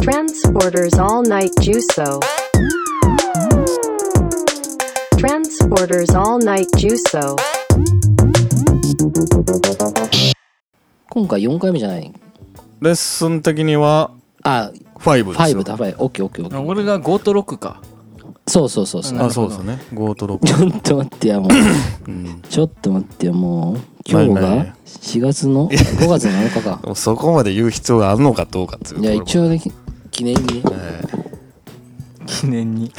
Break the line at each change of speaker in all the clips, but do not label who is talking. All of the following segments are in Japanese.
Transporters All Night Juso. Transporters All Night Juso.
今回4回目じゃない
レッスン的には
あ
5ですよ
5だ5オッケーオッケーオッケー
俺が5と6か
そうそうそうそう
な
あ
るほ
そう
ど
ですね5と
ち
6
ょっと待ってやもうちょっと待ってよもう今日
ないな
が
い
4月の5月7日 か
でもそこまで言う必要があるのかどうかっていう
いや一
応
応ねき記念に
記念に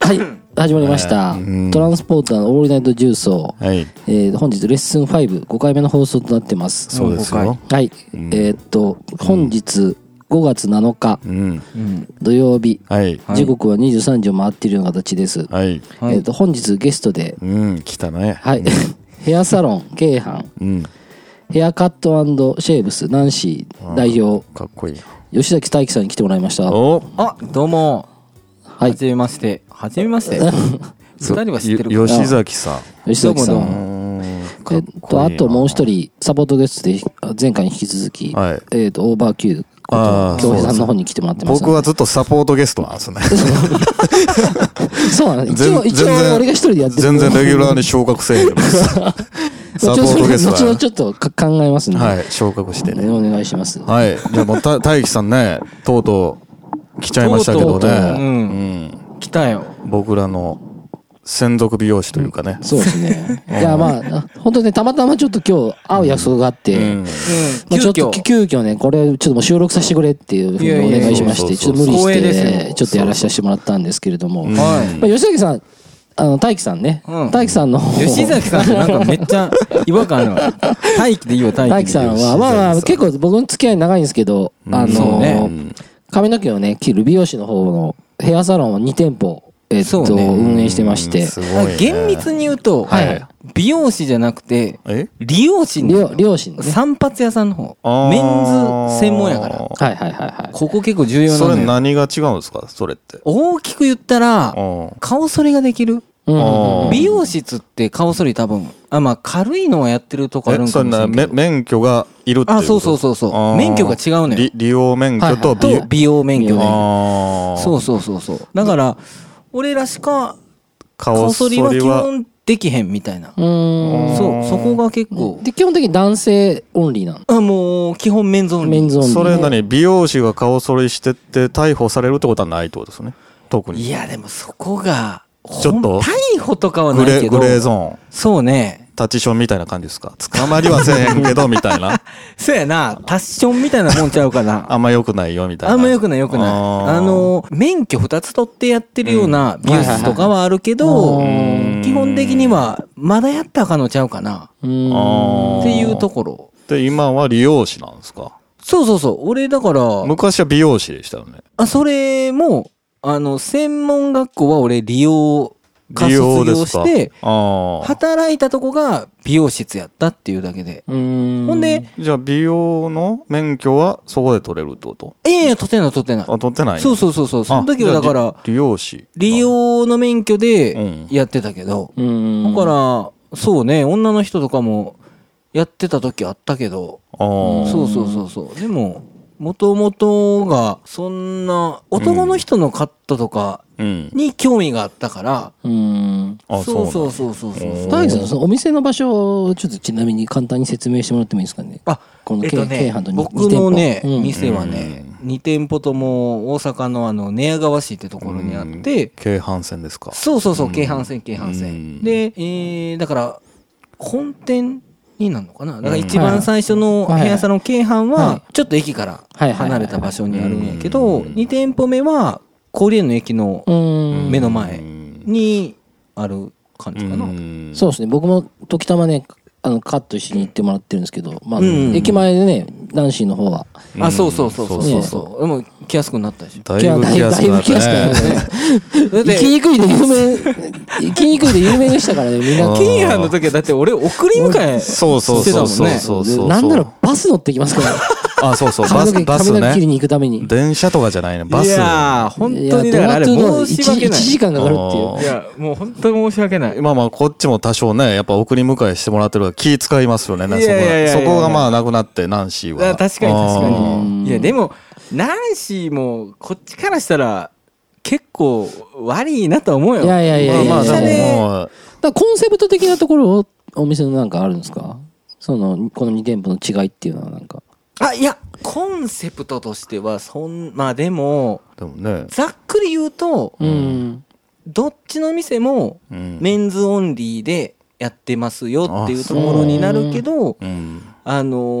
はい始まりました
うん
「トランスポーターのオールナイト重奏」
はい
えー本日レッスン55回目の放送となってます
そうです
も
よ
う
はい
うん
えーっと本日5月7日
うん
うん
土曜日
はい
はい
時刻は23時を回っているような形です
はい
はい
えーっと本日ゲストで
うん来たね
はい ヘアサロン京阪
うん
ヘアカットシェーブスナンシー代表
かっこいいな
吉崎大樹さんに来てもらいましたは
お
あどうも
い
はじめましてはじめまして 二人は知ってる
よ
か
吉崎さん
吉崎さ
どうもどうん
うん
えっと、あともう一
人
人、サポートゲストで、前回に引き続き、
はい
えっと、オーバーキューこ
あ
と、
ー
京平さんの方に来てもらってます。
僕はずっとサポートゲストなんですね
そうなの。一応、
全
一応
全然
俺が一人でやってる。
全然レギュラーに昇格せえへんけど サポートゲスト
後
だ
々ちょっとか考えますね。
はい昇格してね
お願いします。
はい。じゃあもう、た、大樹さんね、とうとう来ちゃいましたけど
とうとうとうう
ね。
ん
うん。
来たよ
僕らの専属美容師というかね。
そうですね。いや、まあ、本当ね、たまたまちょっと今日会う約束があって、
うん。
ま
う
あ、
ん
ちょ
急
っと
遽
急遽ね、これ、ちょっともう収録させてくれっていうふうにお願いしまし
いや
て、
いやいや
ちょっと無理
そうそうそう
し
光栄です
て、
よ
ちょっとやらさせてもらったんですけれども、
うん
はい
まあ、吉崎さん、あの、大樹さんね、
うん
大樹さんの方
吉崎さんってなんかめっちゃ違和感ある わ大輝でいいよ 大輝
大樹さんは、まあまあ、結構僕の付き合い長いんですけど、あ
そ
の、
う
う
ね
ん
髪の毛をね、切る美容師の方のヘアサロンを2店舗、えっと、
そうね
運営してまして、
すごいね。
厳密に言うと、
はい
美容師じゃなくて
え
理容師の
両両親ね。
散髪屋さんの方
あー
メンズ専門やから
はいはいはいはい。
ここ結構重要
そ
な
れ
んだよ
何が違うんですかそれって。
大きく言ったら
うん
顔剃りができる
うんうんうん
あー
美容室って顔剃り多分あまあ軽いのはやってるとこある
え、
ん
そ
か
れ
もしれ
な、
ん
め
けど
免許がいるってい
あそうそう
う
そうそ
あ
う
ー
免許が違
こ
う
と。
のよ
り利用免許と
はい
美
はい
と
容。
美容免許
美
ね
ああ。
そうそうそうそうだから俺らしか
顔
顔
剃
剃り
り
は基
は。
本できへんみたいな
うーん
そうそこが結構
で基本的に男性オンリーな
あもう基本メンズオ
の
ン
メ
リ
ンズオンリー
それ何美容師が顔剃りしてって逮捕されるってことはないってことですね。特
ー
に。
いやでもそこが
ちょっと
ほん逮捕とかはな
グ
い
レ
け
ー、グ
ど
レーゾーン。
そうね
タチションみたいな感じですか捕まりはせえへんけど、みたい な。
そうやなタッションみたいなもんちゃう かな
あんま良くないよ、みたいな。
あんま良くない良くない。
ー
あ、の、免許二つ取ってやってるような美容室とかはあるけど
はいはいはい
うん、
基本的にはまだやったらあかんのちゃうかな。
うーん
あー
っていうところ。
で、今は理容師なんですか
そうそうそう。俺だから、
昔は美容師でしたよね。
あ、それも、あの、専門学校は俺利用か
美
卒
容で
業
す
し
か
て、
ああ。
働いたとこが美容室やったっていうだけで。
うーん
ほんで、
じゃあ、美容の免許はそこで取れるってこと
いやいや、取ってない取ってない。
あ、取ってない
そう
う。
そうそうそう。その時
あ
は
じゃ
だ
あ
から、
り理容師。
利用の免許
うん
でやってたけど、
うーん
だから、そうね、女の人とかもやってた時あったけど、
ああ。
そうそうそうそう。でも、もともとが、そんな、男の人のカットとか
うん。
に興味があったから、
うーん
あ、
そ
そううそ。
そううそうそうそう。
大樹さんそのお店の場所をちょっとちなみに簡単に説明してもらってもいいですかね
あ、
この
えっとね
京阪と、に
僕のね、
二店舗うん
店はね、2店舗とも大阪のあの、寝屋川市ってところにあって、
京阪線ですか。
そうそうそうう、
ん
京阪線、京阪
うん
線。で、えー、だから、本店になるのかなだから一番最初の
はいはい
ヘアサロン京阪
は
は、ちょっと駅から
はいはいはい
離れた場所にあるんやけど、
うん
2店舗目は、郡園の駅の
うーん
目の前
うん
にある感じかな。
うん
そうですね僕も時たまねあのカットしに行ってもらってるんですけどまあ
うん
駅前でねナンシーの方は
あ、そうそうそうそうそう
そ
そう。でも、来やすくなったでしょ。
だいぶ
だい
気
ぶ
安
だ
く
い
な
ぶ
っ
気安くな
た
る
ね。
ね
だっ
行
て、
きにくいで有名行きにくいで有名でしたからねみんな
京阪の時はだって俺送り迎え
そうそうそうそう
してたもんね
そうそうそう
なんならバス乗ってきますから
あ、そうそう、バ
髪の
ス、
毛、
バ
髪
ス
の毛切り
ね。
に行くために。
電車とかじゃないね、バ
い
ス。
やー、本当にだからあれ
いやドラトゥーの
申し訳
1
ない。
時間かかるって
あ
い
ー
う。
いや、もう本当に申し訳ない。
まあまあ、こっちも多少ね、やっぱ送り迎えしてもらってるから気使いますよね、
いやいやいや
そこがそこがまあなくなって、ナンシーは。
あ確かに確か
あー
うん
に。いや、でも、ナンシーも、こっちからしたら、結構、悪いなとは思うよ。
いやいやいやいや
まあまあ、
電
で
車
も
で
もう、
だからコンセプト的なところをお店のなんかあるんですかその、この2店舗の違いっていうのはなんか。
あ、いや、コンセプトとしては、そん、まあでも、
でもね、
ざっくり言うと、
うん。
どっちの店も、
うん
メンズオンリーでやってますよっていうところになるけど、
うん。
あのー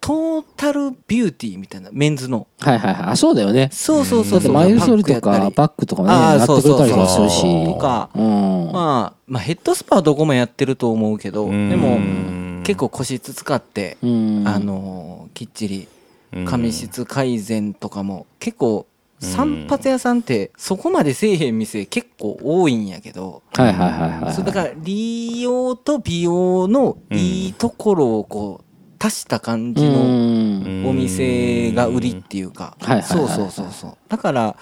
トータルビューティーみたいな、メンズの。
はいはいはい。あ、そうだよね。
そうそ
だ
うそ
っ
う
て
そう。
眉剃りと
パックや
か
ったり
バッグとかね、
あー
やってくれたりもす
そう
る
そう
し。
そうとか、
うん。
まあ、まあヘッドスパはどこもやってると思うけど、
うん
でも結構個室使って、
うん。
あ、のーきっちり
うん
髪質改善とかも結構散髪屋さんってそこまでせえへん店結構多いんやけど、
はいはいはいはい。
そうだから利用と美容のいいところをこう足した感じ
う
の
ん。
お店が売りっていうか、
うんはいはいはい
そうそうそうそうだから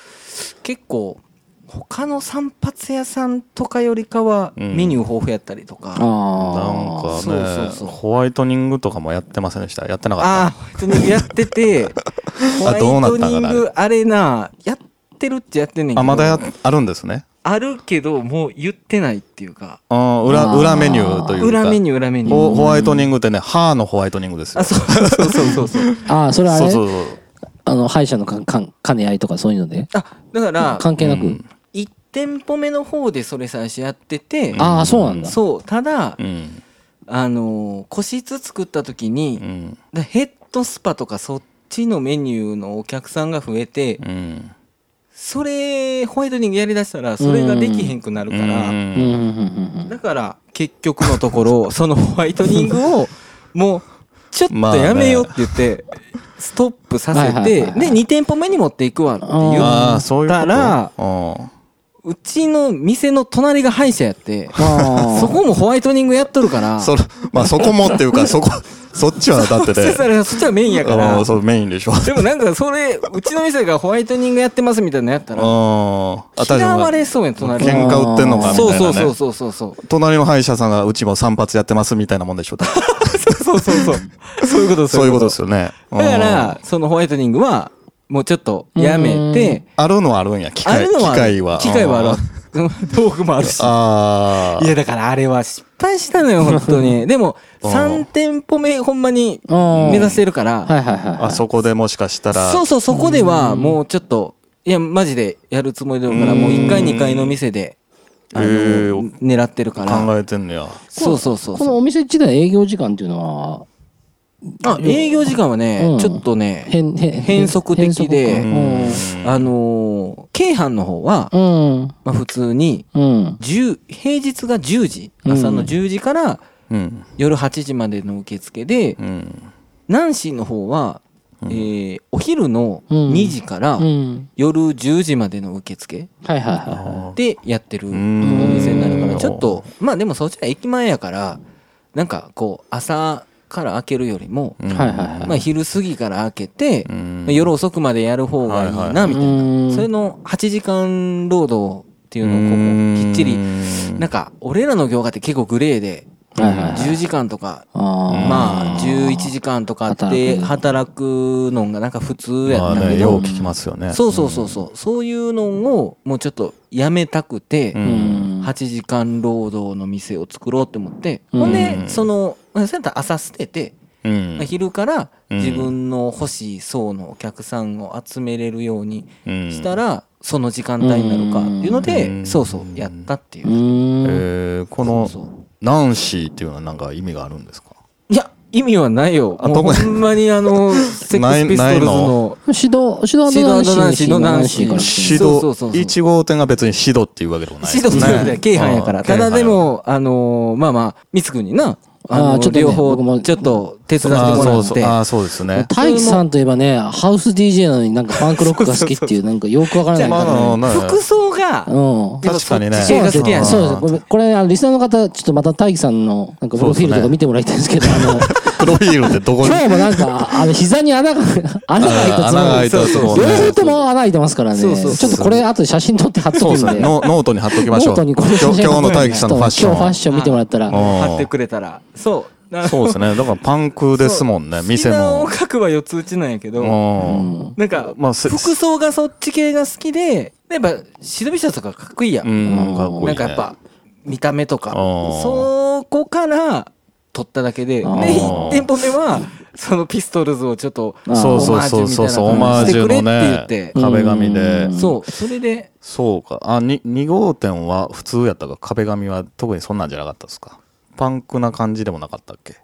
結構他の散髪屋さんとかよりかは
うん
メニュー豊富やったりとか、あ
なん
ああ。
か
そうそう
ね
そう
ホワイトニングとかもやってませんでしたやってなかっ
あー本当にやっ ててホワイ
どうな
ト
った
ニ
か
ン
な
グあれなやってるってやってんねんけ
た
ど
あまだやあるんですね
あるけどもう言ってないっていうか
あー裏
あー
裏メニューというか
裏メ
ュ
ニュー裏メニュー
ホホワイトニングってね歯のホワイトニングですよ
あそうそうそうそ うそう
ああ、それあ
そう
れ
そうそう
あの、歯医者のかんかん兼ね合いとかそういうので
あだから
関係な
う
く
ん。
1店舗目の方でそれ最初やってて
ああ、そうなんだ。
そうただ
うん
あのー個室作った時に
うん
だヘッドスパとかそっちのメニューのお客さんが増えて
うん
それホワイトニングやりだしたらそれができへんくなるか
う
ら
うんうんう
ん
んうんうん
だから結局のところそのホワイトニングをもうちょっと
まあね
やめようって言ってストップさせ
はいはい
て
はいはい
で2店舗目に持っていくわって言
ああそうい
っ
うこと
たら
うん
うちの店の隣が歯医者やって
ああ。
そこもホワイトニングやっとるから
それまあそこもっていう かそこそっちはだって
そ
ね
したらそっちはメインやか
う
ら
んそうメイン でしょ
でもなんかそれ、うちの店がホワイトニングやってますみたいなのやったら、
うん
嫌われそうやん、隣
喧
の。
嘩売ってんのかみたいな、
そ
ね、
うそうそうそうそ うそう。
隣の歯医者さんがうちも散髪やってますみたいなもん でしょだって
そうそうそう。そういうこと
そういうことですよね
だか
うん
ら、そのホワイトニングは、もうちょっとやめて、
あるのはあるんや機
あ
械
るのはあ
機
る、
械は
機械はあ
うん
る。道具もあるし。
あー
いや、だからあれは失敗したのよ、本当に。でも、3店舗目、ほんまに
うん
目指してるから、
はいはいはい。
あそこでもしかしたら
そうそう、そこではもうちょっと、いや、マジでやるつもりだから、もう1回、
うん
2回の店で、あの
へー
狙ってるから。
考えてんのや
そうそうそう
この
そう。
お店自体の営業時間っていうのは、
あ、営業時間はね
う、ん
ちょっとね、
変、変、
変則的で
変則
あのー、京阪の方は
か、うん。
まあ普通に、
うん。
10平日が10時、
うん
朝の10時から
うん
夜8時までの受付で、
うん
ナンシーの方は、えーお昼の2時から
うん。
夜10時までの受付
はいはいはい。
でやってる。
うん
お店になるからちょっとまあでもそっちは駅前やからなんかこう朝から開けるよりも、
うん
はいはいはい。
まあ、昼過ぎから開けて、
うん
まあ夜遅くまでやる方がいい
はいはいは
ないみたいな、
うん
それの8時間労働っていう
うん
のをこうきっちりなんか俺らの業界って結構グレーで
はいはいはい
10時間とか
あ
まあ11時間とかって働くのがなんか普通や
ま
っ
あ
たけ
ねよう
ど、
聞きますよね
そうそうそうそうそういうのをもうちょっとやめたくて、
う
あ。うん。
8時間労働の店を作ろうって思って、
うん
ほんでそのそれやったら朝捨てて、
うん
昼から
うん
自分の欲しい層のお客さんを集めれるように
うん
したら、その時間帯になるかっていうので、
うん
そうそうやったっていうう、
ん。
えーこ
そう
の
そう
ナンシーっていうのはなんか意味があるんですか
いや意味はないよ
あ
もう
特
ほ
に
んまにあのセックスピストルズの
シド、シドアドナンシーのシーナンシーから来てる
シド
そうそうそうそう
1号店が別にシドっていうわけでもない
指導するみたいな京阪やか
う
ら
ん
ただ
京阪
でもあのーまあまあ光くんになあ
あ
の
ーちょっとね
両方
僕も
ちょっと手伝って
あー
もら
そう
っ
そう
て
あーそうですね。
大輝さんといえばね、ハウス DJ なのになんかパンクロックが好きっていう、なんかよくわからない
ま
ま
あ
あ
方
まあ
の。
まあ
服装が
うん。
確かにね
そう
そ
なんで
っち
す
系が好きや
よ。
ね
そうですごめんこれ、あの、リスナーの方、ちょっとまた大輝さんの、なんか、プロフィールとか見てもらいたいんですけど、あの、
プロフィールってどこに
今日もなんか、あの、膝に穴が、穴が開いた
あー
つ
穴が
ま
開
り
いたつも
両
りね
方とも穴開いてますからね。ち
そ
ょ
うそうそう
っとこれ、後で写真撮って貼っと
そう
く
で
ん
すね。
で。
ノノートに貼っときましょ
ノー
う。
トにこれ
今日今日の大輝さんのファッション
今日ファッ
は。
ション見てもらったら。
あうん
貼ってくれたらそうあ
そうですね。だからパンクですもんね、
好き
店
なの
も
を。書くは四つ打ちなんやけ
う
ど
ん。
なんか
まあ、せ
服装がそっち系が好きでやっぱシルビシャスとかかっこいいやん、
うん、なんかっこいいね
なんかやっぱ見た目とか
あー
そこから取っただけでで
あー
1店舗目はそのピストルズをちょっと
あー
そうそうそうそうそう、オ
オ
マ
マ
ー
ー
ジ
ジ
ュ
ュみた
の
いな感じしてくれって言
ね
っ、て
壁紙で
う。ん
そうそれで
そうか。あ、に2号店は普通やったが、壁紙は特にそんなんじゃなかったですか。パンクな感じでもなかったっけ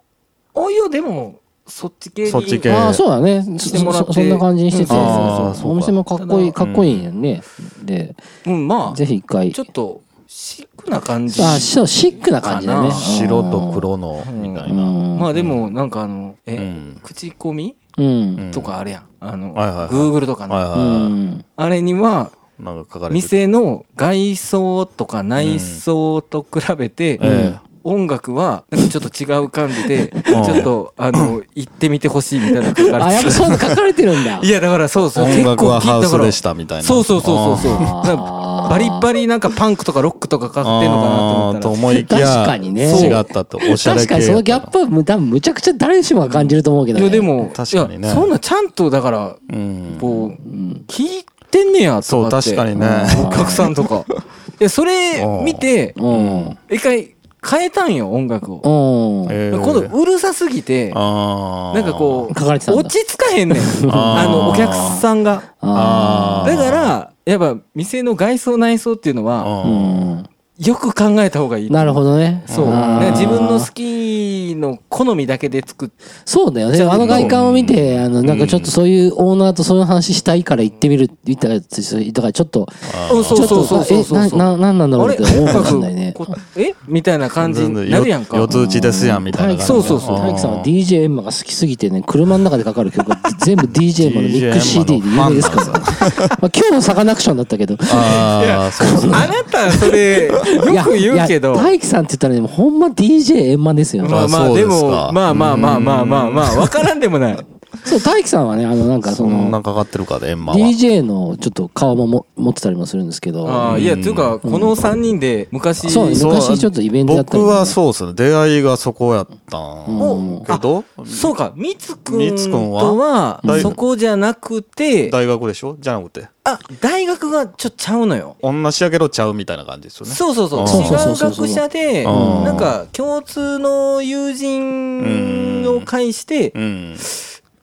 おいよでもそっち系に
そっち系
ああ、そうだね。
してもらって
そそそんな感じにしてて、
うん
そうそうそう
お店もかっこいい、
た
かっこいいんやね。で、
うんま
ぜひ一回
あち。ょっとシックな感じ
あ、そう、シックな感じだ
か
ね。
な
白と黒の、みたいな。
うん。
まあでもなんかあのえ、
うん
口コミ
うん。
とかあれやんあの、
はいはいはい
Google とかの、
はい
うん。う
は。
ん
あれにはい
なんか書かれてる。
店の外装とか内装と比べて、
うんええ
音楽はなんかちょっと違う感じ で、ちょっとあの行ってみてほしいみたいなの書か
あ、や
れ
って ぱそうい
る
うの書かれてるんだ。
いやだからそうそう
音楽は
結構
ハ
聞い
ウスでしたたみたいな。
からそうそうそうそうそう
あー
なんかバリバリなんかパンクとかロックとかか
あー
かってんのかなと思った
と
ら
思いきや、
確かにね
違ったと。おし
確か
ゃれ系やった
にそのギャップはむ多分むちゃくちゃ誰しもが感じると思うけど
い
ね。
やでも
確かにね
いやそんなちゃんとだから
うん。
こう
うん、
聞いてんねや
そ
と
う、
かって
確かにね。
うん
お客さんと かいやそれ見て
うん。うん。
一回変えたんよ音楽を
書
えー
今度うるさすぎて
あー
なんかこう
かれてたんだ
落。ち着かへんねん
あー
あのお客さんが
あ
あー
だからやっぱ店の外装内装っていうのは
あ。う
うん
ん。
よく考えた方がいい
なるほどね。
そう
あー
ね自分の好きの好みだけで作っ
そうだよね。あの外観を見て、あの、なんかちょっとそういうオーナーとそういう話したいから行ってみる、みたいなやつ、だからちょっと、
あ
うん
ー
そう
ちょっと、え、な、な、なんなんだ
あ
ろう
れ
って思うかもしれないね。
こえみたいな感じになるやんか
四つ打ちですやんみたいな感じ。
そうそうそう
大樹さんは
ディ
DJ エンマが好きすぎてね、車の中でかかる曲が全部 DJ エンマのミックス CD で有名ですから。まあ今日もサカナクションだったけど。
ああ、そうですね。
あなたそれよ
いや
く言うけど
いや大樹さんって言ったらね、もうほんま DJ 円満ですよ。
まあま
あ
あ
そうで
です
か
もまあまあまあまあまあまあわからんでもない
そう、大樹さんはね、あの、なんかそ
そん
の、
なかかってるかで、エンマは。
DJ のちょっと顔もも持ってたりもするんですけ
あ
ど
あ、いやというかこの3人で昔
そうです
そう
昔ちょっとイベントやったりね
僕はそうですね。出会いがそこやったん
お
けど、
そうかみつく
みつく
ん
んは
とは
大
そこじゃなくて
大学でしょじゃなくて。
あ大学がちょっとちゃうのよ
同じやけどちゃうみたいな感じですよね。
そうそうそう
あ
ー
違う学者で
そうそうそうそう
なんか共通の友人を介して
うん。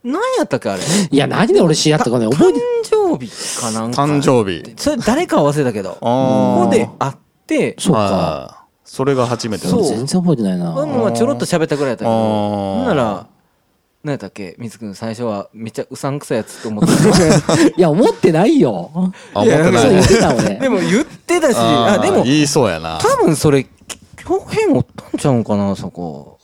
何やったっけあれ
いや、何で俺知り合ったかね、覚え
誕
て、
生日かなんか
誕生日。
それ誰か忘れたけどこ
あー
こで会って
そうか。
はいそれが初めてなん
そう
です
全然覚えてないな。
まあまあちょろっと喋ったぐらいだったけど
あー
ほんなら何やったっけみつくん最初はめっちゃうさんくさいやつと思ってた
いや、思ってないよ。
あ、思っ
い
て
や
そう
な
言
い
っ。てた俺。
でも言ってたし
あ
あ
ー
でも
言いそうやな。
多分それ恭平もおったんちゃうんかなそこ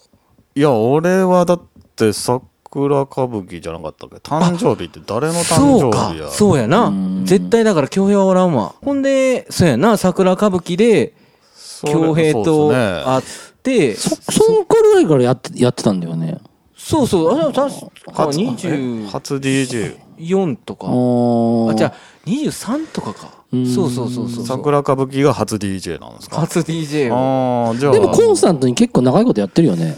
いや、俺はだって桜歌舞伎じゃなかったっけ誕生日って誰の誕
そ
生
うか
日や
そうやな
うん
絶対だから恭平はおらんわほんでそうやな桜歌舞伎で
それ
恭平
そう
と
ですね
会って
そ、そんくらいからやって、やってたんだよね。
そうそうあでも確か
初え
24
初 DJ
とかあ
あ
じゃあ23とかか
うん
そうそうそうそうそう
桜歌舞伎が初 DJ なんですか
初 DJ を
ああじゃあ
でもコンスタントに結構長いことやってるよね。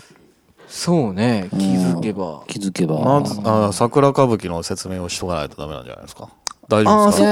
そうね気づけば
気づけば。
まずあー桜歌舞伎の説明をしとかないとダメなんじゃないですか大丈夫
あ
で
ー
す
い
か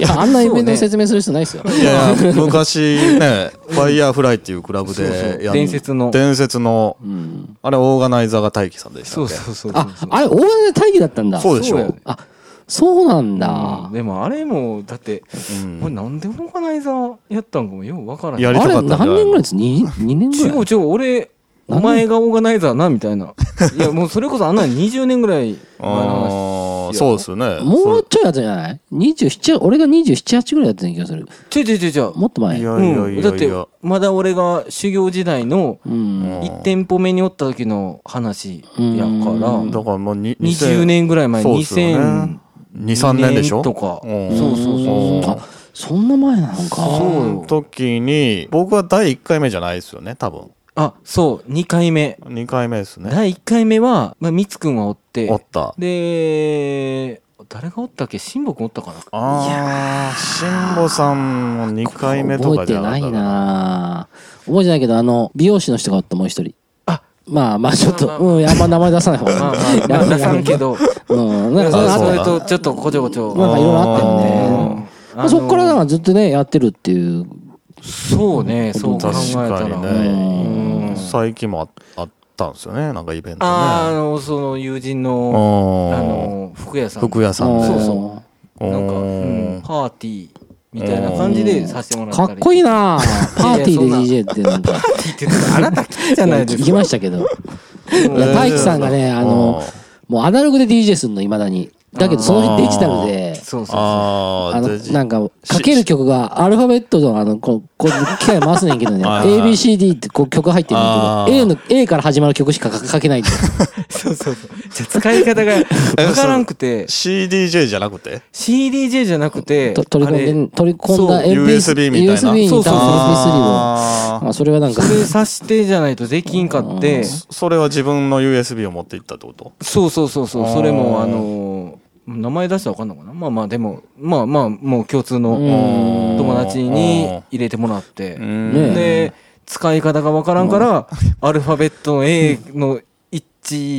や
そ うか
いやあんなイベントの説明する人ないです よ。
いやいや昔ね「ファイヤーフライっていうクラブで
そうそう
やん
伝説の
伝説の
うん
あれオーガナイザーが大輝さんでした
そ
っ
う
け
そうそう
あ、あれ、大金で大義だったんだ。
そうでし
そうや
ょ
ね
あ、そうなんだ
うん。でもあれもだって
うん
これなんでオーガナイザーやったんかもようわからん
やり
あ
たか
れ、
ったんじゃない
何年ぐらいです ?2、2年
違
ぐら
う
い
違う俺お 前がオーガナイザーなみたいないやもうそれこそあんなの20年ぐらい前の
あ
話
ーあ、そうですよね。
もうちょい後じゃない ?27、俺が27、8ぐらいだったような気がする。
ちょいちょいちょいちょい
もっと
それ
前。
いうや
う
いやいやい
ん、
や。
だってまだ俺が修行時代の
ん。
うん
1店舗目におった時の話やから
うん
だからもうに
20年ぐらい前
そうっすよね
2002
23年でしょ
とか
うん
そうそうそうそう
あ、そんな前なのか。
その時に僕は第1回目じゃないですよね多分
あそう2回目
2回目ですね
第1回目はまあみつくんはおって
おった
で誰がおったっけしんぼくんおったかな
ああ辛坊さんも2回目とかじゃな
覚え
か
てない
ったか
な覚えてないけど、あの、美容師の人がおったもう一人。
あ
まあまあちょっ
まあ
と、
ま
うん、あんま名前出さない方がいい。
まあまあまあ出さんけど
うん、なんかそれあ
あ
っ
そ
そう
れ
だ
とちょっとこちょこちょ
なんかいろいろあったよね
あ
ま
の
あ、そっからなんかずっとね、やってるっていう。
そうねそう考え
確
た
からに
うん
ね最近もああったんですよねなんかイベントね
あーあのその友人
あ
のあの服屋さん
服屋さんで
そうそう
う
なんか、うん
ん
パーティーみたいな感じでさせてもらった
か
り
っこいいなパーティ
いやい
ーで DJ ってなんか。
って言ってたあなた来たじゃないで
聞
すか
きましたけど。
うん
いや大輝さんがね、あの、もうアナログで DJ するの、いまだに。だけど、その辺デジタルで、
そうそうそう
あ
あ
あ
の、なん
か
か、かける曲が、アルファベットの、あの、こう、こう、機械回すねんけどね、
はいはい
ABCD ってこう曲入ってるんだ
あ
け
ー
ど、A の、A から始まる曲しかかかけないんだよ。
そうそうそうじゃあ使い方がわからんくて
CDJ じゃなくて
CDJ じゃなくて
と取り込んで、取り込んだ
そう
MP3
USB みたい
USB に
な
多分 MP3 を
そうそうそう
あー
まあ、それはなん
そ
か、
れ挿してじゃないとできんかって
それは自分の USB を持っていったってこと
そうそうそうそう
あー
それもあの名前出したらわかんのかなまあまあでもまあまあもう共通の
うん
友達に入れてもらって
ね
で使い方がわからんからアルファベットの A の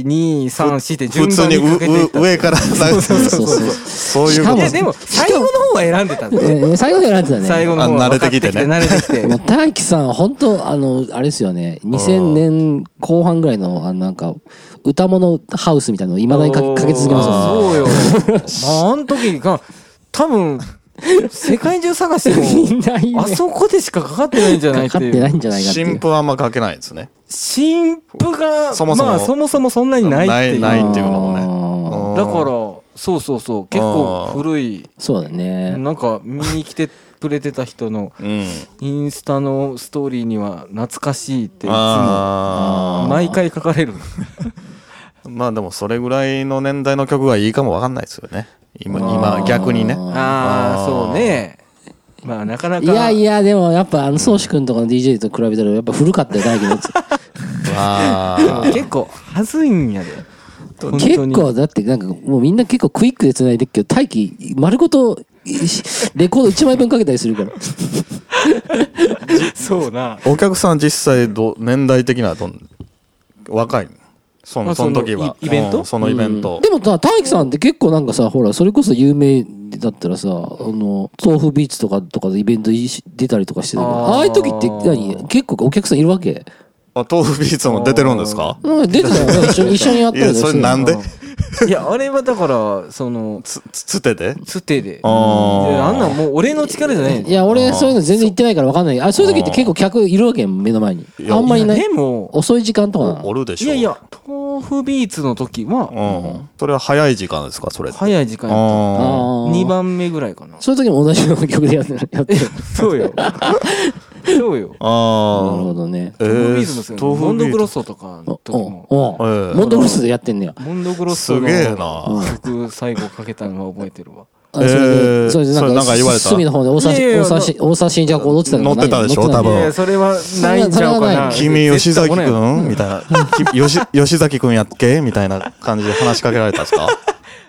1234って
普
順
通
番
に
にか
う
けていっ
う
た
上からなんか
そうそうそう。
そういう
しか
こ
い
と
やでも最後の方は選んでたんだよ
えー最後に選んでたね。
最後の方は
あ慣れてきてね
分かってきて慣れ
も
て
う
きて
大輝さん、本当あの、あれですよね、2000年後半ぐらいの、あのなんか、歌物ハウスみたいなの、いまだにかかけ続けますよね。
そうよ まああの時が多分世界中探 し
み
て
んないい
もあ
ね。
そこでしかかかってないんじゃない
かか
って
っ
い
て
う
ないんじゃないかってい
新
う。
婦はあんまかけないですね
新婦が
そもそも
まあそもそもそんなにないっていう
ないっていうのもね
ね。
うん
だからそうそうそう結構古い
そうだね。
なんか見に来てくれてた人の
うん
インスタのストーリーには懐かしいっていつも
あ
毎回書かれる
ーまあでもそれぐらいの年代の曲がいいかもわかんないですよね今
あー
今逆にね
あ
あ
あ
ー
そうねまあなかなか
いやいや、でもやっぱ、あの、宗志くんとかの DJ と比べたら、やっぱ古かったよ、大輝のやつ。
あ
でも
ー
結構はずいんやで本
結
当に
構、だって、なんか、もうみんな結構クイックで繋いでるけど、大輝、丸ごと、レコード1枚分かけたりするから。
そうな
お客さん実際ど年代的にはどん若いのそ
まあ
のその時
そ
は
のイイベント
うんそのイベント
うんでもさ大樹さんって結構なんかさほらそれこそ有名だったらさあの豆腐ビーツとかとかでイベントいし出たりとかしてたけど
あー
ああいう時って何結構お客さんいるわけ
あ豆腐ビーツも出てるんですか
なんか出てたよね一緒 に一緒にやった
い
り
や
とか
そ
して
れ
た
な
よ
ん
ね
で
いやあれはだからその
つつつてで
つてで
あー
いやあんなんもう俺の力じゃないん
いや俺そういうの全然行ってないから分かんないあそういう時って結構客いるわけ目の前に
いや
あんまりない
でも
遅い時間とかな
お
の
るでし
い
ょ
やいや豆腐ビーツの時は
うんそれは早い時間ですかそれって
早い時間やっ
あ
あ
た
ー
2番目ぐらいかな
そういう時も同じような曲でやってるやってる
そうよ そうよ
ーあ
なる
ー
ほどね
え
豆腐ビー
ー
ズのす
豆腐
モンド
ビー
グ
ツ
ロッソとか
お
の時も
お
え
お
え
モンドグロスでやってんのよ
モンドグロッソの
すげえな
曲最後かけたのは覚えてるわ
あそれ
え
で
ー
それで
それ
な
なんん
か
か言われた
隅の方で大さ
いやい
し大
や
さし大さしんじゃこう乗ってたのかな
乗ってたでしょ
乗ってな
多
い
分
いやいやそれはないんちゃう
そ
か
れは
な
ない
君、吉崎く
絶対俺や
んみたいな。きよし吉崎くんやっけみたいな感じで話しかけられたんです か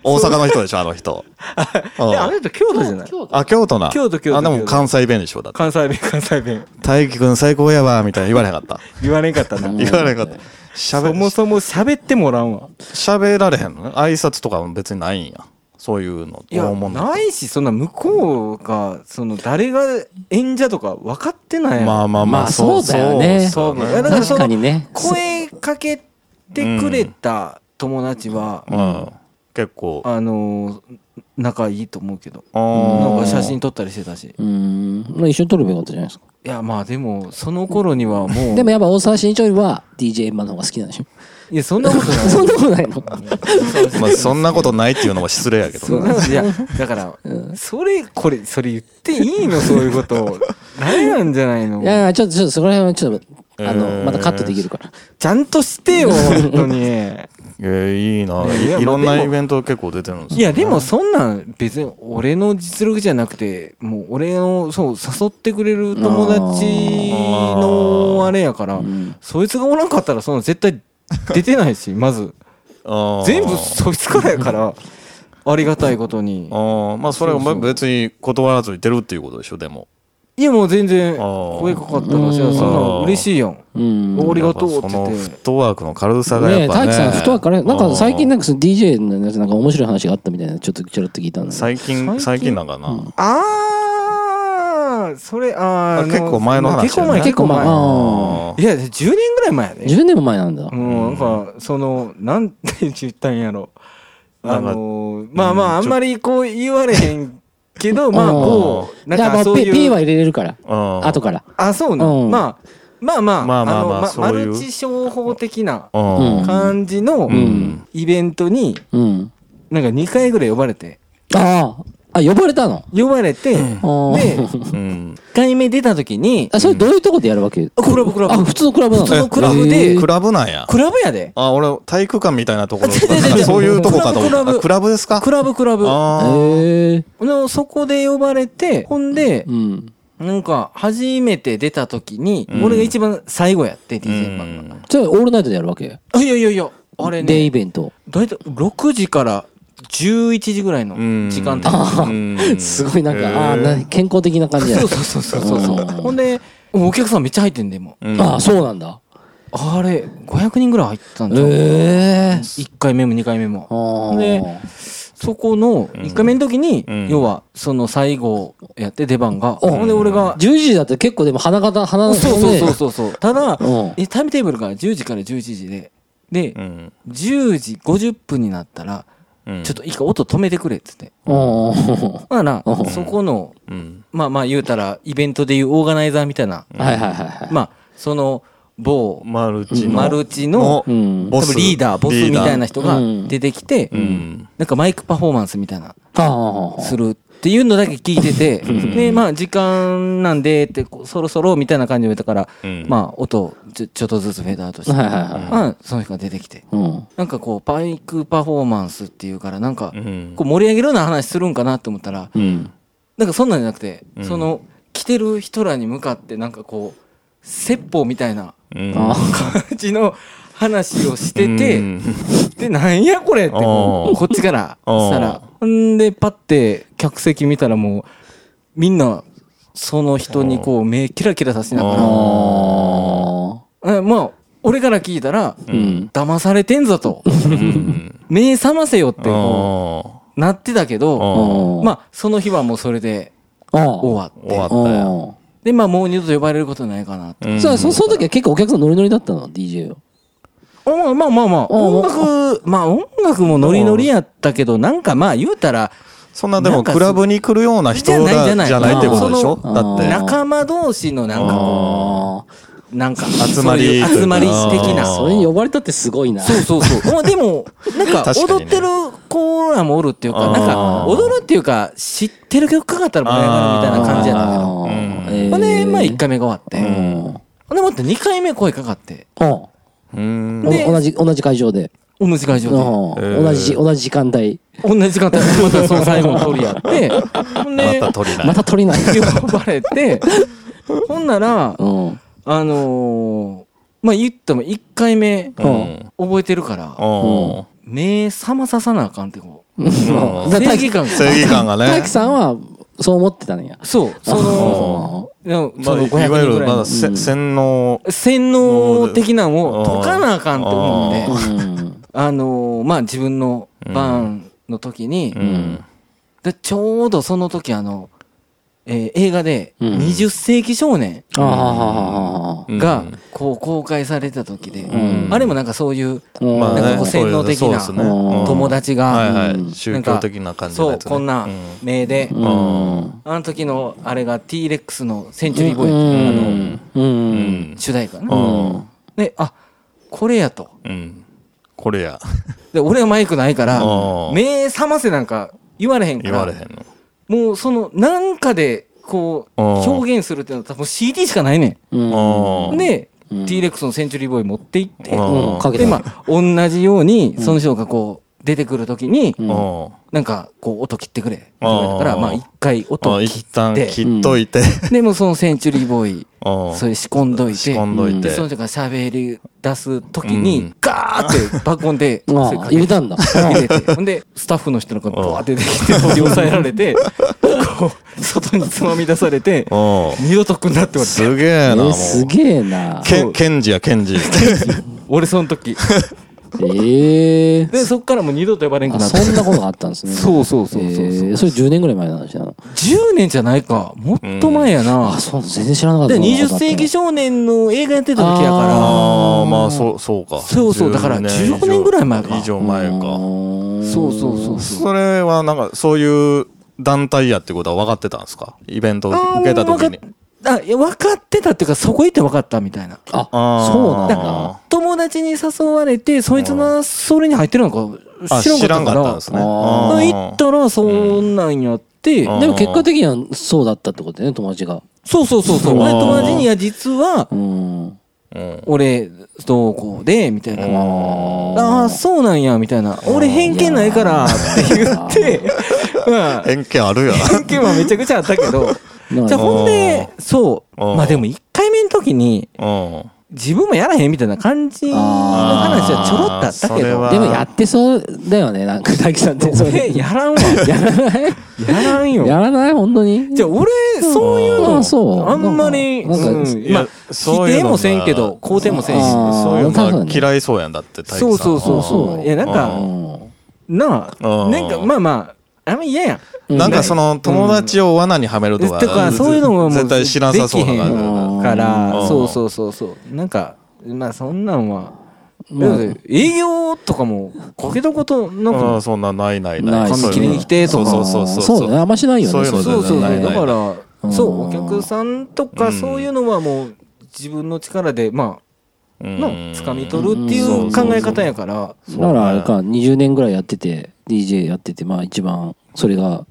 大阪の人でしょあの人。うん
いやあの人京都じゃない
あ、京都な。
京都京都
あ、で
京
も
都
関西弁でしょだって。
関西弁 関西弁
大輝くん最高やわ、みたいな言われなかった。
言われんかったな
言われなかった。
そも
喋、
そも喋ってもらんわ
喋られへんのね。挨拶とかも別にないんや。そういうの。
いや
大物
ないしそんな向こうがその誰が演者とか分かってないやん
まあまあま
まあ
あ、
そうだよね
そう
そう
そう
いやだからそ
確
の
かにね
声かけてくれた友達は、
うん。結構。
あのー仲いいと思うけど
あ
なん
ー
か写真撮ったりしてたし
うーんまあ一緒に撮ればよかったじゃないですか
いやまあでもその頃にはもう
でもやっぱ大沢慎一よりは DJ エンマの方が好きなんでしょ
いやそんなことない
そんなことないの
まあそんなことないっていうのも失礼やけど
そ
な
ういやだから、それこれそれ言っていいのそういう こと誰なんじゃないの
いやいや、ちょっと、ちょっと、そこら辺はちょっと、あ
え
の、
ー
またカットできるから。
ちゃんとして よ本当に
えーいいない
や
いいろん
まあ
な
でも
イベント結構出てるんですよ
いやでもそんなん別に俺の実力じゃなくてもう俺のそう誘ってくれる友達のあれやから
ん
そいつがおらんかったらその絶対出てないしまず
あー
全部そいつからやからありがたいことに
あーまあそれ
そうそ
は
う
別に断らずに出るっていうことでしょでも
いやもう全然
あー
声かかったらそやそんなん嬉しいやん
うん。
ありがとうっ
や
て
っぱ
言っ
その
て
フットワークの軽さが
ね
や
え、
っぱ
大
ね
樹さん、太はから、なん
う
か最近なんかその DJ のやつなんか面白い話があったみたいな、ちょっとちょろっと聞いたんです。
最近
最
最
近
近なんかな、
あーそれあー
あ
あの
結構前の話
結構前
結構前。
結
あ
構前いや10年ぐらい前や
あ
で
10年も前なんだ。
もうなんかそのなんて言ったんやろ
な
あ
んか
のーまあまあ
う
あ
ん
ん
ちょ
まりこう言われへん けどまあ
うん
こうな
だ
ん
からま
か
あ、
そう
P
い
P
う
は入れれるから。
うん
後から。
あそうな
うん
まあまあまあ
まあまあまあ
のま
そう
マ
いう
ルチ商法的な
うん
うん
感じの
ん
イベントに
うん。
なんか2回ぐらい呼ばれて
ああ、あ、呼ばれたの
呼ばれてで
あー
1
うん
回目出た時に
あ、それどういうとこでやるわけ
あクラブクラブ
あ、普通のクラブなの
普通のクラブで
へー
クラブなんや
クラブやで
あ俺体育館みたいな ところ
あ違う違う違う
そういうとこかと思っ
クラ
たあ
ブクラブ
クラブですか
クラブクラブ
あ
へえ。
のそこで呼ばれてほんで
うん。
なんか初めて出た時に
うん
俺が一番最後やって
ー
DJ パンが
じゃあ、オールナイトでやるわけ
あいやいやいやあれ
デイイ
ね
ベント。
大体6時から11時ぐらいの
うん
時間帯
うん うん
すごいなん
へ
か、
ー
あーな健康的な感じだ
そう
よ。
そうそうそうそうそう
うん
ほんでお客さんめっちゃ入ってんでもう
うん
ああ、そうなんだ。
あれ500人ぐらい入ってたんじゃん
ええ。
1回目も2回目も
ああ。
でそこの1回目の時に、
うん
要はその最後やって出番が、
うん
ほんで俺が、
10時だって結構でも花形、花形
そうそうそうそうそうただ、
うん
えタイムテーブルが10時から11時でで、
うん
10時50分になったら、
うん
ちょっと一回音止めてくれっつって
うんうん
だから、
うん
そこの
うん
まあまあ言うたらイベントでいうオーガナイザーみたいな、
はいはいはいはい。
まあその某
マルチの
マルチの
うん。
ボ
多
ス
分リーダーボスみたいな人
リ
が
ーダー
出てきて、
うん
なんかマイクパフォーマンスみたいな
ああ。
するっていうのだけ聞いてて、で、まあ、時間なんでって、こうそろそろみたいな感じで言ったから、
うん
まあ、音をちょちょっとずつフェードアウトして、
はいはいはい。
まあ、その人が出てきて、
うん。
なんかこう、バイクパフォーマンスっていうから、なんか
う、ん
こう盛り上げるような話するんかなと思ったら、
うん。
なんかそんなんじゃなくて、
うん
その、来てる人らに向かって、なんかこう、説法みたいな
うん
あ
感じの話をして
う
て、
ん
で、なんやこれって、こう
おー
こっちから、
おー
したら。んで、パって、客席見たらもう、みんな、その人にこう、目キラキラさせな
あ。
が
あ
ら、えまあ、俺から聞いたら、
うん。
騙されてんぞと、
うん
目覚ませよってこ
あ
う、なってたけど、
あ
まあ、その日はもうそれで
あ。ああ。
終わっ
終わ
て
っ、たよ
で、まあ、もう二度と呼ばれることないかなと。
うん
そう、そその時は結構お客さんノリノリだったの ?DJ を。
まあまあまあまあ、
お
音楽、まあ音楽もノリノリやったけど、なんかまあ言うたら、
そんなで
なん
も
か
クラブに来るような人
じゃない
が
じ
じ
ゃない
ゃないってことでしょ
あー
だって
な
仲間同士のなんかこう、
ああ。
なんか、
集まり
そういう集まり的な。
あー
そ
それに呼ばれたってすごいな。
うそうそう。まあでも、なんか、
確かに
踊
ね
ってる子らもおるっていうか、なんか、
あー
踊るっていうか、知ってる曲かかったら盛り上がるみたいな感じやったんだけど。
あー
うん
えー
ほんで、まあ1回目が終わって。
う
ほ
ん。
んで、待って2回目声かかって。
うん
うん
お
で
同じ、同じ会場で。
同じ会場
うん
で。
ー
同じ、同じ時間帯。
同じ時間帯で、またその最後の通りやって。ほん
ま
で、
た取りな
ま
い
た取り ない。
呼ばれて。ほんなら、
うん。
あのー、まあ言っても1回目
う
うん
ん
覚えてるから、
うん
目覚まささなあかんってこう。
うん
だ
正義感が。
正義感が
大
ね
樹さんは、そう思ってたんや。
そう、その、
あ
いやそ
まあ
の
いわ
500
ゆ
人ぐ
る
らい
ま
の
だせ洗脳
洗脳的なのを解かなあかんって思
ー
うんで、
うん
あのーまあ自分の番の時に
う、ん
でちょうどその時あの、えー映画で
うん
20世紀少年
ああ。
がこう公開された時で、
ん
あれもなんかそういう
うん
まあね
なんかこう洗脳的な
そうですねうん
友
は
達
い
が、
はい宗教的な感じの
そ
や
う、
つね
こんな名で、
うん
うん
あの時のあれが T レックスのセンチュリーボーイっていう
う
あ
ん。う。
うんん
の主題歌ね
う。ん
で、あ、これやと。
うんこれや。
で俺はマイクないから
ああ
目覚ませなんか言われへんか
言われへ
ら
んの。
もうそのなんかでこう
ああ
表現するっていうのは多分 CD しかないね
うん
ああ
んで
うん
T レックスのセンチュリーボーイ持って行って
あ
うん、かけ
で
て
まあ同じようにその人がこう出てくる時に
うん
うん
なんかこう音切ってくれって
ああ
言われたからまあ一回
あ
音
一
切
旦
って
切っといて、
でもうそのセンチュリーボーイ
うん
それ仕込んどい
仕
て
込んどいて
で、その人が喋り出す時
う
に
ん
ガーって爆 音で
あ
それか
あ
け
入れ
て
たんだ。
入れてほんで、スタッフの人のことバーって出てきて、取り押さえられて、こう、外につまみ出されて、
う
二度と来んなっ
ん
て言われて、
すげえ
え
なもう
すげえな。
けんケンジやケンジ
俺その時。
ええ
で、そっからもう二度と呼ばれんく
あ
なった。
そんなことがあったんですね。
そうそうそうそう
えーそれ10年ぐらい前の話なの。
10年じゃないか。もっと前やな
あ、。そう、全然知らなかった
で、
な。
20世紀少年の映画やってた時やか
ああまあそうそうか
そうそうだから16年ぐらい前か
以上前か
ら。
か
そうそうそうそう。
それはなんかそういう団体やってことは分かってたんですかイベントを
あー
受けた時に
もう分かっあ、いや、分かってたっていうか、そこ行って分かったみたいな。
あ、
あー
そうなん
だ
だ。
か
あ
ら友達に誘われてそいつのそれに入ってるのか
あ
知
知
ら
ら
ん
ん
か
かったた
っか
ん
ら
ですね
あ
まあ
あー
行ったらそんなんやって
うん
でも結果的にはそうだったってことね、友達が。
そうそうそうそう
うん
俺友達に「いや実は
うん。
うん
俺どうこうで」みたいな
うん
「ああそうなんや」みたいな「俺偏見ないから」って言ってまあ
偏見あるや
偏見はめちゃくちゃあったけど
なんか
じゃあほんでそう
うん
まあでも1回目の時に
うん
自分もやらへんみたいな感じの話はちょろっとあった
あーそ
け
れ
ど
は
でもやってそうだよね、なんか、大樹さんって。そう
えや らんわ。やらないやらん
や
よ。
らない本当に
じゃあ俺、そういう
あ
の、
ーそう
あんまり、
なんかなんか
うんまあ
いや、そう
否
いうの
定もせんけど、肯定もせんし。
あー
そういう
多
の
分
が
ね
嫌いそうやんだって大樹さん
そうそうそう
あ
そう。
ー
いや、なん
う
か、
ん。
なあ、
うん
なんか、まあまあ、あんま嫌やん。
なんかその友達を罠にはめるとか,、
とか、そういうのももう、
絶対知らんさそうな
できへん
感
か
う
ら、
ん
そうそうそうそう。なんか、まあそんなんは、
まあ
だって営業とかも、こけたことな
じ
く
だああそんなないない
な
ないい
髪
切りに来てとか
そうそうそう
そうね、あんましないよね。
そういうの
そうそうそう。
ないない
だ
ない
か
う
ら、
ん
そう、お客さんとか
うん
そういうのはもう自分の力で、ま
う
あ、
ん
の、掴み取るっていう考え方やから、
だからあれか、20年ぐらいやってて、DJ やってて、まあ一番、それが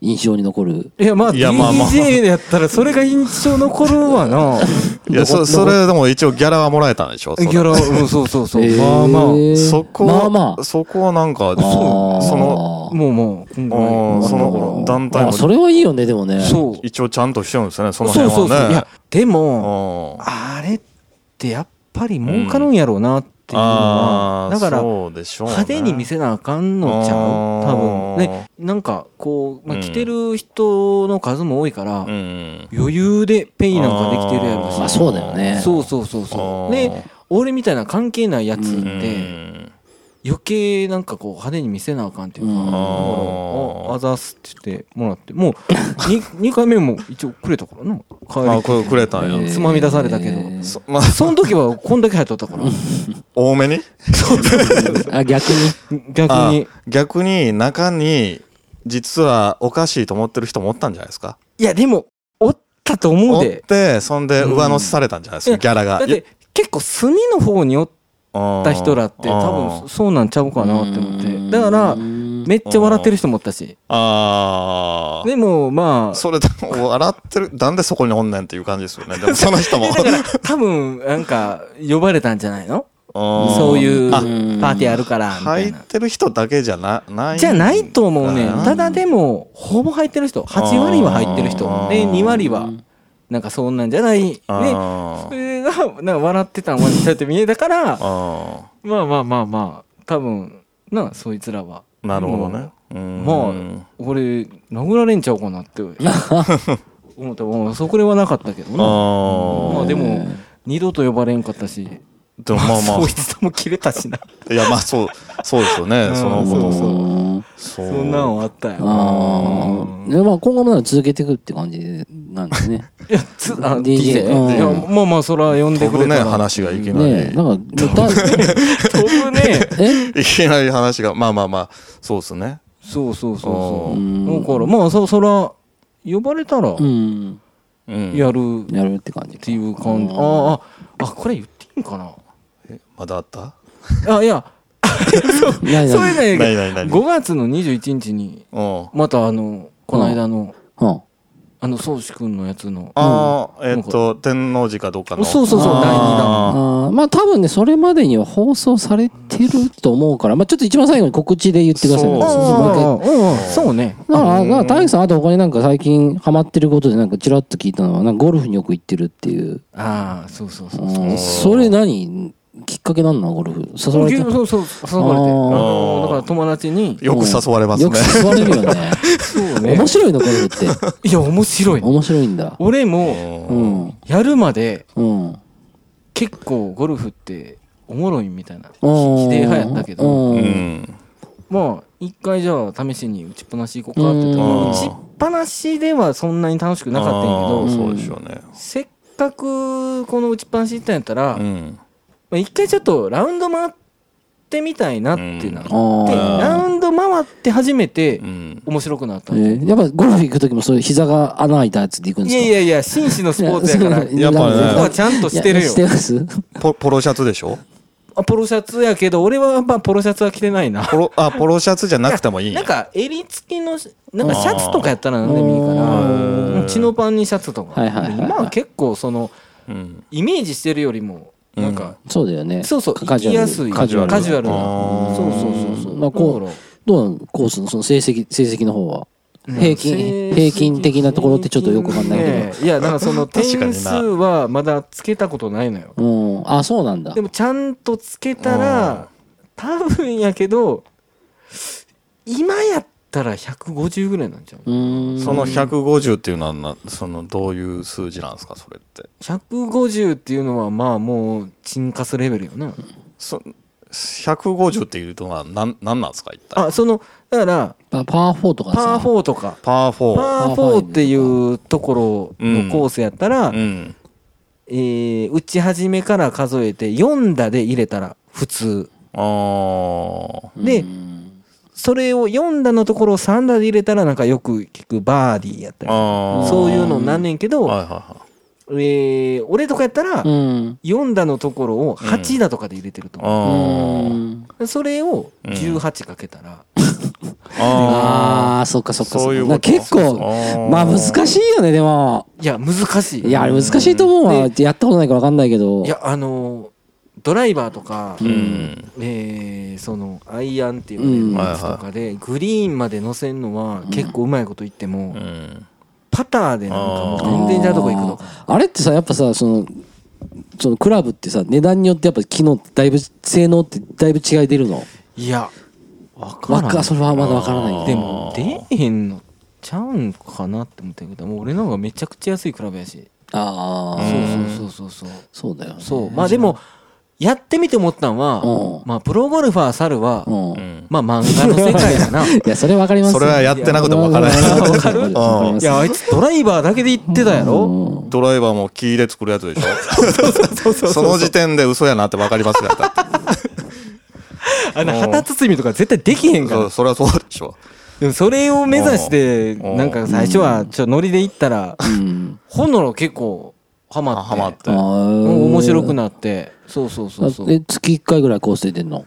印象に残る。
いや、まあ、
いやまあまあ
DJ やったらそれが印象残るわな。
いや そそれでも一応ギャラはもらえたんでしょ
ギ
それ
ャラ、うん、そうそうそう。
えー
まあまあ、も
そこ
ま
は、
あまあ。
そこはなんか
あー
その
うもう、今
あー
回
その団体も
あそれはいいよね、でもね。
そう。
一応ちゃんとしてるんですねその
そ
辺はね
うそうそう。いや、でも、
あー
あれってやっぱり儲かるんやろうなっていうのは
あ、
だ
ー
から、
そうでしょうね
派手に見せなあかんのちゃう
あ
多
ー
分ねなんかこう、まあ、
うん
来てる人の数も多いから、
うん
余裕でペイなんかできてるやろ
まあ
し
そうだよね
そうそうそうそう
あー
で俺みたいな関係ないやつって、
うん
余計なんかこう派手に見せなあかんっていうか、
うん
だからああざっすって言ってもらってもう 2, 回目も一応くれたからな
まあ
帰
これくれたんや、
えー
つまみ出されたけど
そ まあ
りその時はこんだけ入っとったから
多めに
あ、逆に。
逆
あ
に
逆に中に実はおかしいと思ってる人もおったんじゃないですか
いやでもおったと思
お
う
っ
で
てそんで上乗せされたんじゃないです
う
か
ん
ギャラが
だって結構隅の方におっ
あ
た人らって多分そうなんちゃうかなって思ってだ からめっちゃ笑ってる人もおったし
あー
でもまあ
それでも笑ってるなんでそこにおんねんっていう感じですよねでもその 人も
多分なんか呼ばれたんじゃないの
そ
そういうパ
あ
ーティーあるからみた
入
い
っ
な
てる人だけじゃなない
じゃないと思うね
あー
ただでもほぼ入ってる人8割は入ってる人
あー
で2割はなんかそんなんじゃないね
あ
そ
ー
れがなんか笑ってたん笑ってたって見えたから
あ
まあまあまあまあ多分なそいつらは
ーなるほどねうん
まあ、俺、殴られんちゃうかなって思った。うんそこではなかったけど
あ
な。
ー
まあでも、二度と呼ばれんかったし、
でもまあま
そいつとも切れたしな。
あいやまあそうそうですよね
ん
その
そう
こ
そう
うん
とそ
そんなんはあったよ。
あ
うん
あ。でまあ今後もなんか続けていくって感じなんですね。
いや、つ、あ、
DJ
DJ。いや、
うん
まあまあ、そら呼んで
飛
くれ
ぶね
たら。
話が いきなり、
ねえ、 なんか、だ
飛ぶね。
え
いきなり話がまあまあまあそうですね
そうそうそう
う
う
ん
そう。だから、まあ、そ、そら、呼ばれたら
う、ん。
うん
やるっ
やるって感じか。
ていう感じ。あーあ、あ、これ言っていいんかな
まだあった
あ、いや、
ない
それ
ない。
ね
ないないない
5月の21日に
うん
またあのこの間の
うん
あの宗志君のやつの
ああ、えっと、天王寺かどっかの。
そうそうそう
あー
第二弾
あーまあ多分ね、それまでには放送されてると思うから、まあちょっと一番最後に告知で言ってくださいね。
そう
もう一回
ああああそうね
だから、だから大樹さん、あと他になんか最近ハマってることでなんかちらっと聞いたのは、なんかゴルフによく行ってるっていう。
ああそうそうそう
うんそれ何きっかけなんなのゴルフ。誘われて。
そうそう誘われ
あ
てあ
ー
のだから友達に
よく誘われます
よ
ね
く。誘われるよね。
そう
面白いのゴルフって。
いや面白い
面白いんだ。
俺も
う
うん
ん。
やるまで
うん。うん
結構ゴルフっておもろいみたいな
否
定派やったけど
う
うん。
ん。
まあ一回じゃあ試しに打ちっぱなし行こうかって言った
う
ら
ん
打ちっぱなしではそんなに楽しくなかったん
あ
や
ー
けど
そうでしょうね。
せっかくこの打ちっぱなし行ったんやったら、
う
ま
ん。
あ、一回ちょっとラウンド回ってみたいなっていうのがあって、
あ
ラウンド回って初めて
うん。
面白くなった
あ。
の、
えーやっぱゴルフ行く時もそういう膝が穴開いたやつで行くんで
い
す
や
か
いやいや紳士のスポーツ やから
い
こ
や
やっぱね
なんで
こはちゃんとしてる
いや
よ
してます
ポポロシャツでしょ
あポロシャツやけど俺はまあポロシャツは着てないな
ポロ、あ、ポロシャツじゃなくてもいいん
な
や
ん。か襟付きのなんかシャツとかやったら何でもいいか
うん
らチノパンにシャツとか、
はいはいはいはい
今は結構その
うん。
イメージしてるよりもなんか、
そうだよね。
そうそう
カ
行
ジュ
き
アル
やすい
カジュアル
カジュアルな
あー
そうそうそうそう
まあこう
だか
どうなのコースのその成績、成績の方は。
ら
平均、
うん
平均的なところってちょっとよくわかんないけ
ねいやだからその点
確かにな
数はまだつけたことないのよ
ど。うん。あ、そうなんだ
で。もちゃんとつけたら多分やけど今やったら150ぐらいなんちゃう
うーん。
その150っていうのはな、その、どういう数字なんですか、それって。
150っていうのはまあもう沈活レベルよな
そ150っていうのは何、なんなんですか、一体。
あそのだから
パパー4とか
パー
さ。
4とか
パー4。
パー4っていうところのコースやったら、
うん。
えー打ち始めから数えて4打で入れたら普通
あー。
で
うん
それを4打のところを3打で入れたらなんかよく聞くバーディーやったり
あー。
そういうのなんねん
は
け
い
ど、
はいは
えー俺とかやったら
うん。
4打のところを8打とかで入れてると
い。
思
う
あ
ん
うそれを18かけたら、
ー。あ
ああ、そっかそっか。
そういうこと
なんか結構、
ー。
まあ難しいよね、でも。
いや難しい
いや、あれ難しいと思うわ。やったことないからわかんないけど。
いやあのードライバーとか、
う
うんん。
えーそのアイアンっていう
うん
ねやつとかでグリーンまで乗せんのは結構うまいこと言っても、
うん。
パターでなんかもう全然違うとこ行くのか
あれってさやっぱさそのそのクラブってさ値段によってやっぱ機能ってだいぶ性能ってだいぶ違い出るの
いやわ
わ
ん
かそれはまだわからないんだ
でも出えへんのちゃうんかなって思ってんけどもう俺の方がめちゃくちゃ安いクラブやし
あ
そ
あ
うそうそうそうそう
そうだよね
そうまあでもやってみて思ったん
う
は
ん
まあプロゴルファー猿は
うん、
う
い
ん。
まあ漫画の世界だない
やそれわかります
それはやってなくてもわからない。
わか
わか
る
る
わかります
やあいつドライバーだけで言ってたやろ
うん
ドライバーも木で作るやつでしょその時点で嘘やなって分かりますよ。だって
あの旗包みとか絶対できへんか
そ
ら
うそれはそうでしょ。
でもそれを目指して
うん
なんか最初はちょっとノリで行ったら
うん
ほんのろ結構ハマ
あ
って
ハマっ
あ
て。
ー
うん面白くなってそうそうそうそ
あえ
う
月1回ぐらいコース出てんの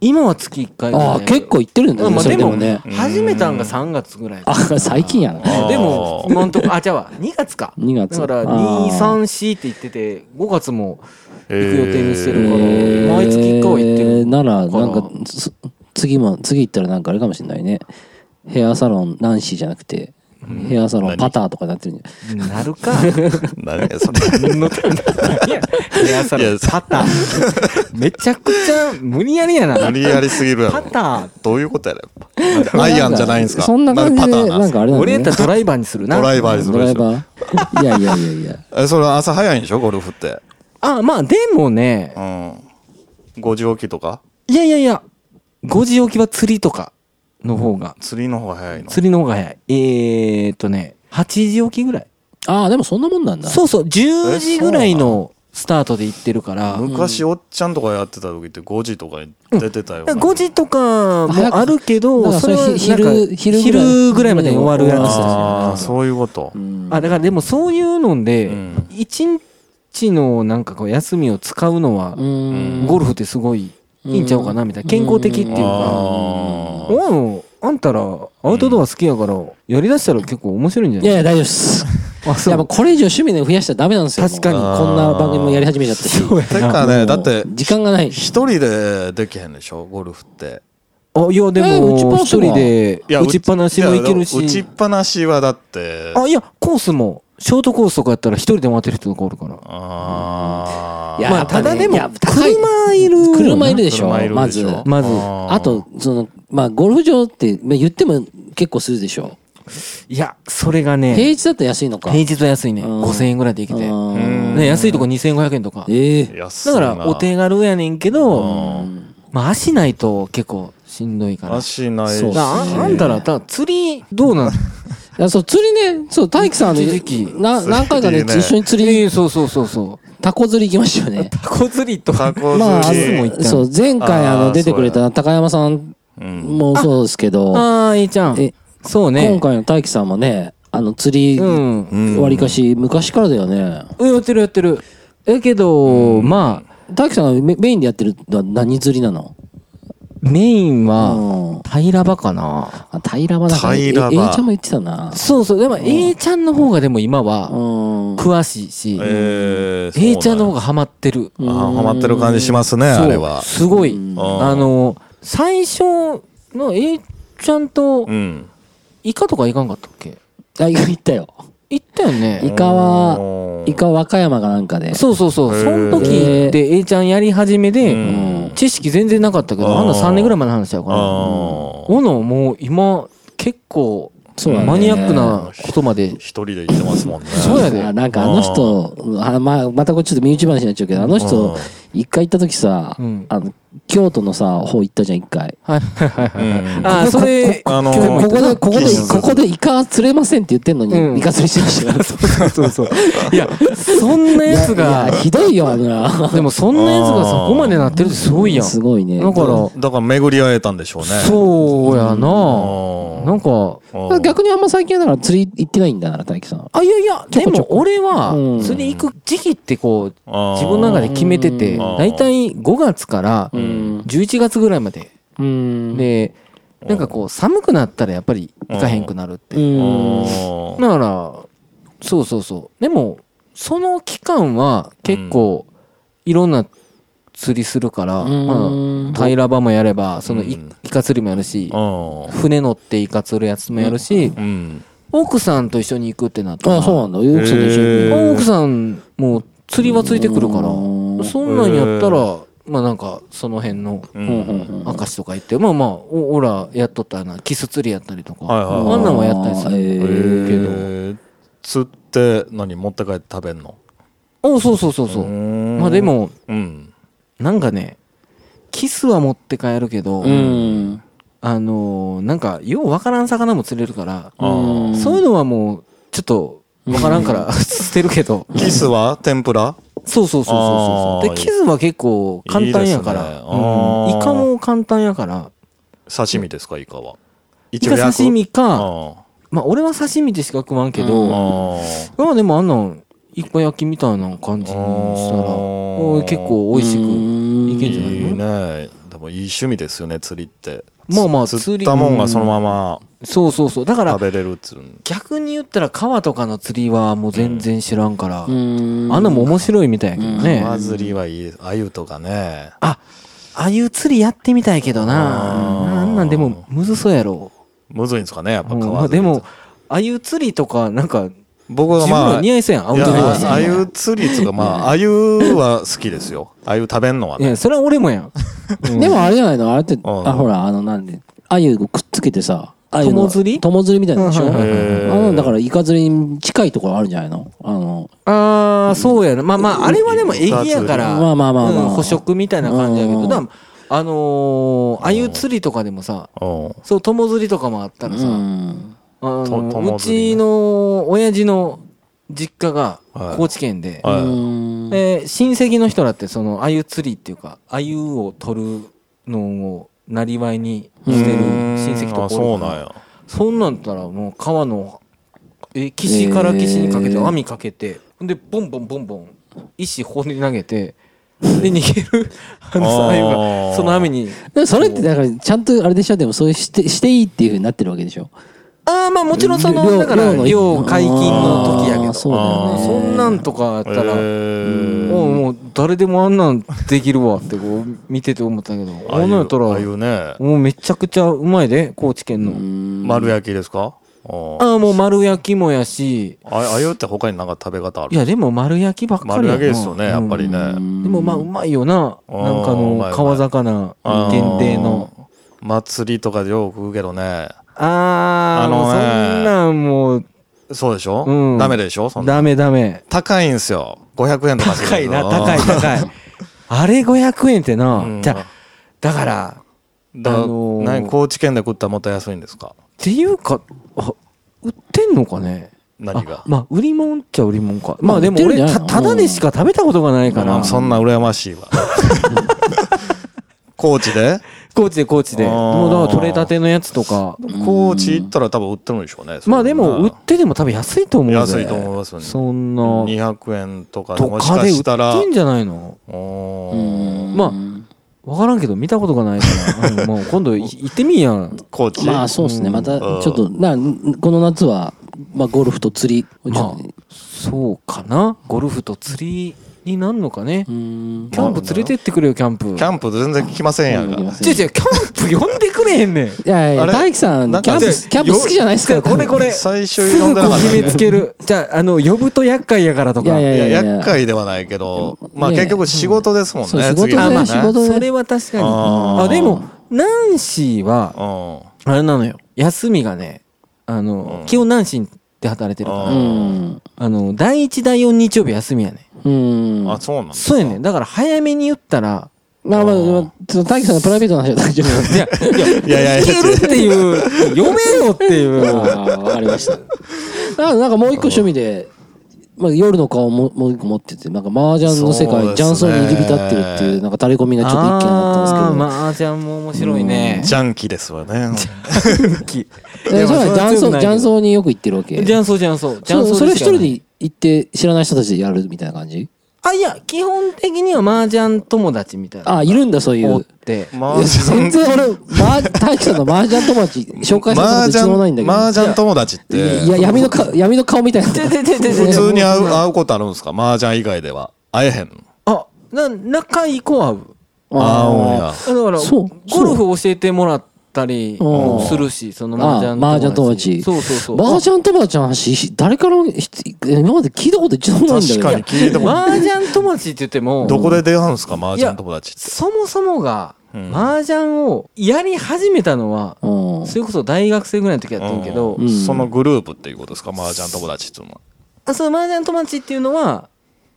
今は月1回ぐらい
ああ結構行ってるんだ
う
ね、
んまあ
それ
で
で
も
もね
うん
始めたんが3月ぐらいか
あ最近やな
あー
でも今んとこあじゃあ2月か
2月
だから
あ
234って言ってて5月も行く予定にしてるから
ー
毎月1回は行って
えー
る
ならなん
か
かつ次も次行ったらなんかあれかもしれないねヘアサロンナンシーじゃなくてヘアサロン
何
パターとかになってるんじゃ
なるか
何やそれ。
何のためいやいやさ
いや
パターめちゃくちゃ無理やりやな
無理やりすぎるや
パ
ろ。
ター
どういうことやねんやっぱ。アイアンじゃないんですか。
そんな感じで
んパターン
な
な
ん
んすか
かあれなんだね
俺やったらドライバーにするな
ドライバーにす
ド
る
ライ
でしょ。
バーいやいやいやいや
えそれ朝早いんでしょゴルフって。
あまあでもね
うん。5時起きとか
いやいやいや5時起きは釣りとかの方が
釣りの方が早いの。
釣りの方が早いえー、っとね8時起きぐらい
ああでもそんなもんなんだ
そうそう10時ぐらいのスタートで行ってるから
昔おっちゃんとかやってた時って5時とかに出てたよな。
5時とかもあるけ
だか
ど
ら
それは
そ
なん
れ
か
昼昼ぐらい
昼ぐらいまでに終わるやつだし
ああ、そういうこと
う。ん
あだからでもそういうの
う
で
ん
一日のなんかこう休みを使うのは
うん
ゴルフってすごいいいんちゃうかなみたいな健康的っていうか
あ
お前もあんたらアウトドア好きやからやりだしたら結構面白いんじゃ
い
ない
やいや、大丈夫です。
あ
い
そう
や、もうこれ以上趣味で増やしたらダメなんですよ。
確かに
もうこんな番組もやり始めちゃったし。
ーてか
もう
ねだって
時間がない。
一人でできへんでしょゴルフって
あいやで
え打ちっぱ
も
な
一
しは
人で打ちっぱなしもいける
や打ちっ
し
ぱなしはだって
あいやコースもショートコースとかやったら一人で回ってる人とかおるから
あー
いや
ま
や
あ
っぱ
た
ね
だでも
いや高い
車いる
車いるでしょ
車いる
ま
でし
ず
ょ
まず
ー
あと、その、まあ、ゴルフ場って、まあ、言っても結構するでしょ。
いやそれが
平
ね
日だったら安いのか。
平日は安いね
うん
5000円ぐらいで行けて
あー
うん
ね安いとこ2500円とか
ええ
安い
だ
な
からお手軽やねんけど
うん
まあ足ないと結構しんどいから
足ないし
そう
だああんたらた釣りどう なん
いやそう、釣りね、そう、大樹さん、あの
一時期
な何回かね、
釣りね
一緒に釣り、
ええそうそうそうそう
タコ釣り行きましたよね。
タコ釣りと
タコ釣り、
まあ、あ
明日も行った
のそう、前回、あ
あ
の、
ー
出てくれた高山さん
うん
もそうですけど、
ああえいちゃん
え
そうね
今回の大樹さんもね、あの、釣り、
うん
うん
わりかし、昔からだよね。
うんやってるやってるやけどまあ
大樹さんがメメインでやってるのは何釣りなの
メインは
うん
平場かな
あ、平場だから、ええ
平場
えいちゃんも言ってたな。
そうそうでも A ちゃんの方がでも今
う
は
ん。
詳しいし
えーそうなん
A
や
ちゃんの方がハマってる
あーハマってる感じしますね
そう
あれは
すごい。
うん
あの、最初の A ちゃんと
う、ん
イカとかいかんかったっけ
あ、行ったよ。
行ったよ
イ
ね。
カは、
おー
イカは和歌山かなんかで。
そうそうそう。
へー
その時で A ちゃんやり始め
う
で、
ん
知識全然なかったけど、
あー
あんな3年ぐらい前の話やから。
あー
斧もう今、結構、
そうだね
マニアックなことまで。
一人で行ってますもんね
そうやで
あなんかあの人、あまあ、またこれちょっと身内話になっちゃうけど、あの人、一回行った時さ、
うん
あの、京都のさ、方行ったじゃん、一回。
はいはいはいはい。
うん
あー、それ、
あの
こ
ー
こで、ここで
京、都
ここでイカ釣れませんって言ってんのに、
うん
イカ釣りしてましたよ。
そうそう。いや、そんないやつ
い
が
や、ひどいよ、あのな。
でもそんなやつがそこまでなってるってすごいやん。
すごいね。
だから、
だから巡り会えたんでしょうね
そうやな。
う
なんか、
ん
逆にあんま最近はだから釣り行ってないんだな、大樹さん。
あ、いやいや、で
こちょ
も
こ
俺は
うん、
それに行く時期ってこう、
あー
自分の中で決めてて、
うん
大体5月から
ん
11月ぐらいまで。
うんね
で、なんかこう、寒くなったらやっぱり行かへんくなるって。
う。
うんん
だから、そうそうそう。でも、その期間は結構、いろんな釣りするから、
うん
まあ、平場もやれば、そのイ
うん
イカ釣りもやるし、
う
船乗ってイカ釣るやつもやるし、
んうん
奥さんと一緒に行くってなったら
あ、そうなんだ。よくそんな一緒に
へー
奥さんも釣りはついてくるから
うん
そんなんやったらまあなんかその辺の
う
うんうんんうん
明石とか行ってまあまあおオラやっとったなキス釣りやったりとか
はいはいはい
あんなんはやったり
へ
するけど
えー釣って何持って帰って食べんの
おそうそうそうそうまあでも
うん
なんかねキスは持って帰るけど
うん。
あのーなんかようわからん魚も釣れるから
あー
そういうのはもうちょっとわからんから 捨てるけど
キスは 天ぷら
そうそうそうそうそう
あー
でキスは結構簡単やか
いい
ら
ですね
うん
あー
イカも簡単やから
刺身ですかイカは
イ
一
カ
応焼く
刺身か、
あ
まあ俺は刺身でしか食わんけ
うん
ー
ど、
あー
まあでもあんなん、一個焼きみたいな感じにした
あー
ら、おー結構美味しく。いけんじゃない
いいねでもいい趣味ですよね釣りって
まあまあ
釣ったもんがそのまま
そうそうそう。だから
食、べれるっつうん
逆に言ったら川とかの釣りはもう全然知らんから、
うん。
あんなんも面白いみたいやけどね。
川釣りはいいですアユとかね
あ、ああいう釣りやってみたいけどな。
あー
あんなんでもむずそうやろ。
むずいんですかねやっぱ
うんま
川
あ
釣
で
り
も、ああいう釣りとか、なんか、
僕は
自分
ま
ら
あ
似合いそうやん、アウ
い
ト
や
ドア
ああ
や
ゆ釣りとかまああゆは好きですよあゆ食べんのはいね
や、それは俺もやん。うん
でもあれじゃないのあれって、
うん
あ、ほら、あの、なんで、あゆをくっつけてさ、あゆの
友釣り
友釣りみたいなんでしょ
うんはいはい
はいはい
あの、だから、イカ釣りに近いところあるんじゃないのあの、
ああ、そうやな。まあまあ、あれはでもエギやから、
まあまあまあまあ
うん捕食みたいな感じやけ
う
ど、
ん
だからあのー、あゆ釣りとかでもさ、
うん
そう、友釣りとかもあったら
う
さ、あ
ん。
の
と
ーう
友釣りね
ちの親父の実家が
はい
高知県で、
はい
うん
で親戚の人らって、その、あゆ釣りっていうか、あゆを取るのを、なりわいにしてる親戚と
あ
か
そ
お
う
るか
な
ら
んや
そんなんったらもう川のえ岸から岸にかけ
え
て
ー
網かけて、でボンボンボンボン石放り投げてで逃げるあのさ
あー
鮎がその雨に
でもそれってだからちゃんとあれでしょでもそういうしてしていいっていうふうになってるわけでしょ
ああまあもちろんそ
りょ
の
う
だから
りょうの
漁解禁の時やけ
あ
ど
ーそ
そう
だよね
あー
んなんとかやったら、
ー
もうもう誰でもあんなんできるわってこう 見てて思ったけど
ああ
あんなんやったら
いうああいうね、
もうめちゃくちゃうまいで高知県の、
丸焼きですかあー
ああもう丸焼きもやし
あああいうって他になんか食べ方あ
い
る
やでも丸焼きばっかりやな
丸焼きですよね、やっぱりね。
うんでもまあうまいよな
あー
なんかあ
うまいうま
の
い
川魚
あー
限定の
祭りとかでよく食うけどね。
あ
あ
あもう
の
そ
ね
んなんもう
そうでしょ、
うん
ダメでしょそんな
ダメダメ
高いんすよ。500円とかする
高いな高い 高いあれ500円ってな、
うん
じゃあだから
だから
あのー
何高知県で食ったらもっと安いんですか
っていうかあ売ってんのかね
何が
あまあ売り物っちゃ売り物かま
まあ
あでも
売ってるん
俺
じゃない
たただでしか食べたことがないから、
うんそんな羨ま しいわ。高知で
高知で高知で
あー
もうだから取れたてのやつとか
高知行ったら多分売ってるんでしょうね。
まあでも
そん
売
な
ってでも多分安いと思うぜ
安いと思いますよね
そんな
200円とかで
と
もし
か
か
で売
したら
ってんじゃないの
おー
うん
まあ分からんけど見たことがないか らうんもう今度い行ってみんやん
高知
まあそうですねまたちょっとなこの夏はまあゴルフと釣りをちょっとね
そうかなゴルフと釣りになんのかね
うーん
キャンプ連れてってくれよキャンプ
キャンプ全然聞きませんやんか。
違う違うキャンプ呼んでくれへんねん
いやい
あ
や
れ
大樹さん
なん
キャ
か
ンプキャンプ好きじゃないですから
これこれ
最初
す
呼ん
ぐ
で
こ
なかっ
う
た
決めつけるじゃああの呼ぶと厄介やからとか
いやいや
いや
い
厄介ではないけど、まあ
いやいや
結局仕事ですもんね。
そう仕事
次
だ
は
よ
ね
まあ仕事
それは確かに
あー
あでもナンシーは
う
あれなのよ休みがねあの、
うん
基本ナンシーで働いてるから
う
うん
あの第1第4日曜日休みやね
うん
ん。
ま
あ、
あ
そう なんだ。
そうやねだから早めに言ったら
まあまあちょっと大樹さんのプライベートの話は大丈夫なんで
いやいや
いやいやい
い
や
けるっていう読めよっていう
ああ、わかりました。だからなんかもう一個趣味で、まあ、夜の顔ももう一個持ってて、なんか麻雀の世
そう
界、
ですね
ジャンソンに入り浸ってるっていう、なんか垂れ込みがちょっと一見あったんで
あー麻雀も面白いね
ジャンキーです わね。
すけど、でそ れはジャンソン、ジャン
ン
ソンによく行ってるわけ。
ジャンソージャンソージャンソ
そ
ー
うそれ
で
一人で
しかない
行って知らない人たちでやるみたいな感じ
あいや基本的には麻雀友達みたいな
あ、いるんだ、そうい
おっ
う。
て
マ
いや全然俺、ま、大樹さんの麻雀友達紹介したこと一度もないんだけど。
麻雀友達って、
いや、闇のか、 闇の顔みたいな。
ちょちょちょちょちょ
普通に会う会うことあるんですか麻雀以外では。会えへん。
あな仲いい子は会う
あうんや。
あだから
そう
ゴルフ教えてもらったり
うん
するしその
あ
麻雀
麻雀友達
そうそうそう
麻雀友達の話、誰からも、ひ今まで聞いたこと一度もないんだ
確
けど。
かに聞いても、
麻雀友達って言っても
どこで出会うんですか麻雀友達って。
そもそもが
うん
麻雀をやり始めたのは
うん。
それこそ大学生ぐらいの時やったんやけど、
うんそのグループっていうことですか麻雀友達っていうのは。
あその麻雀友達っていうのは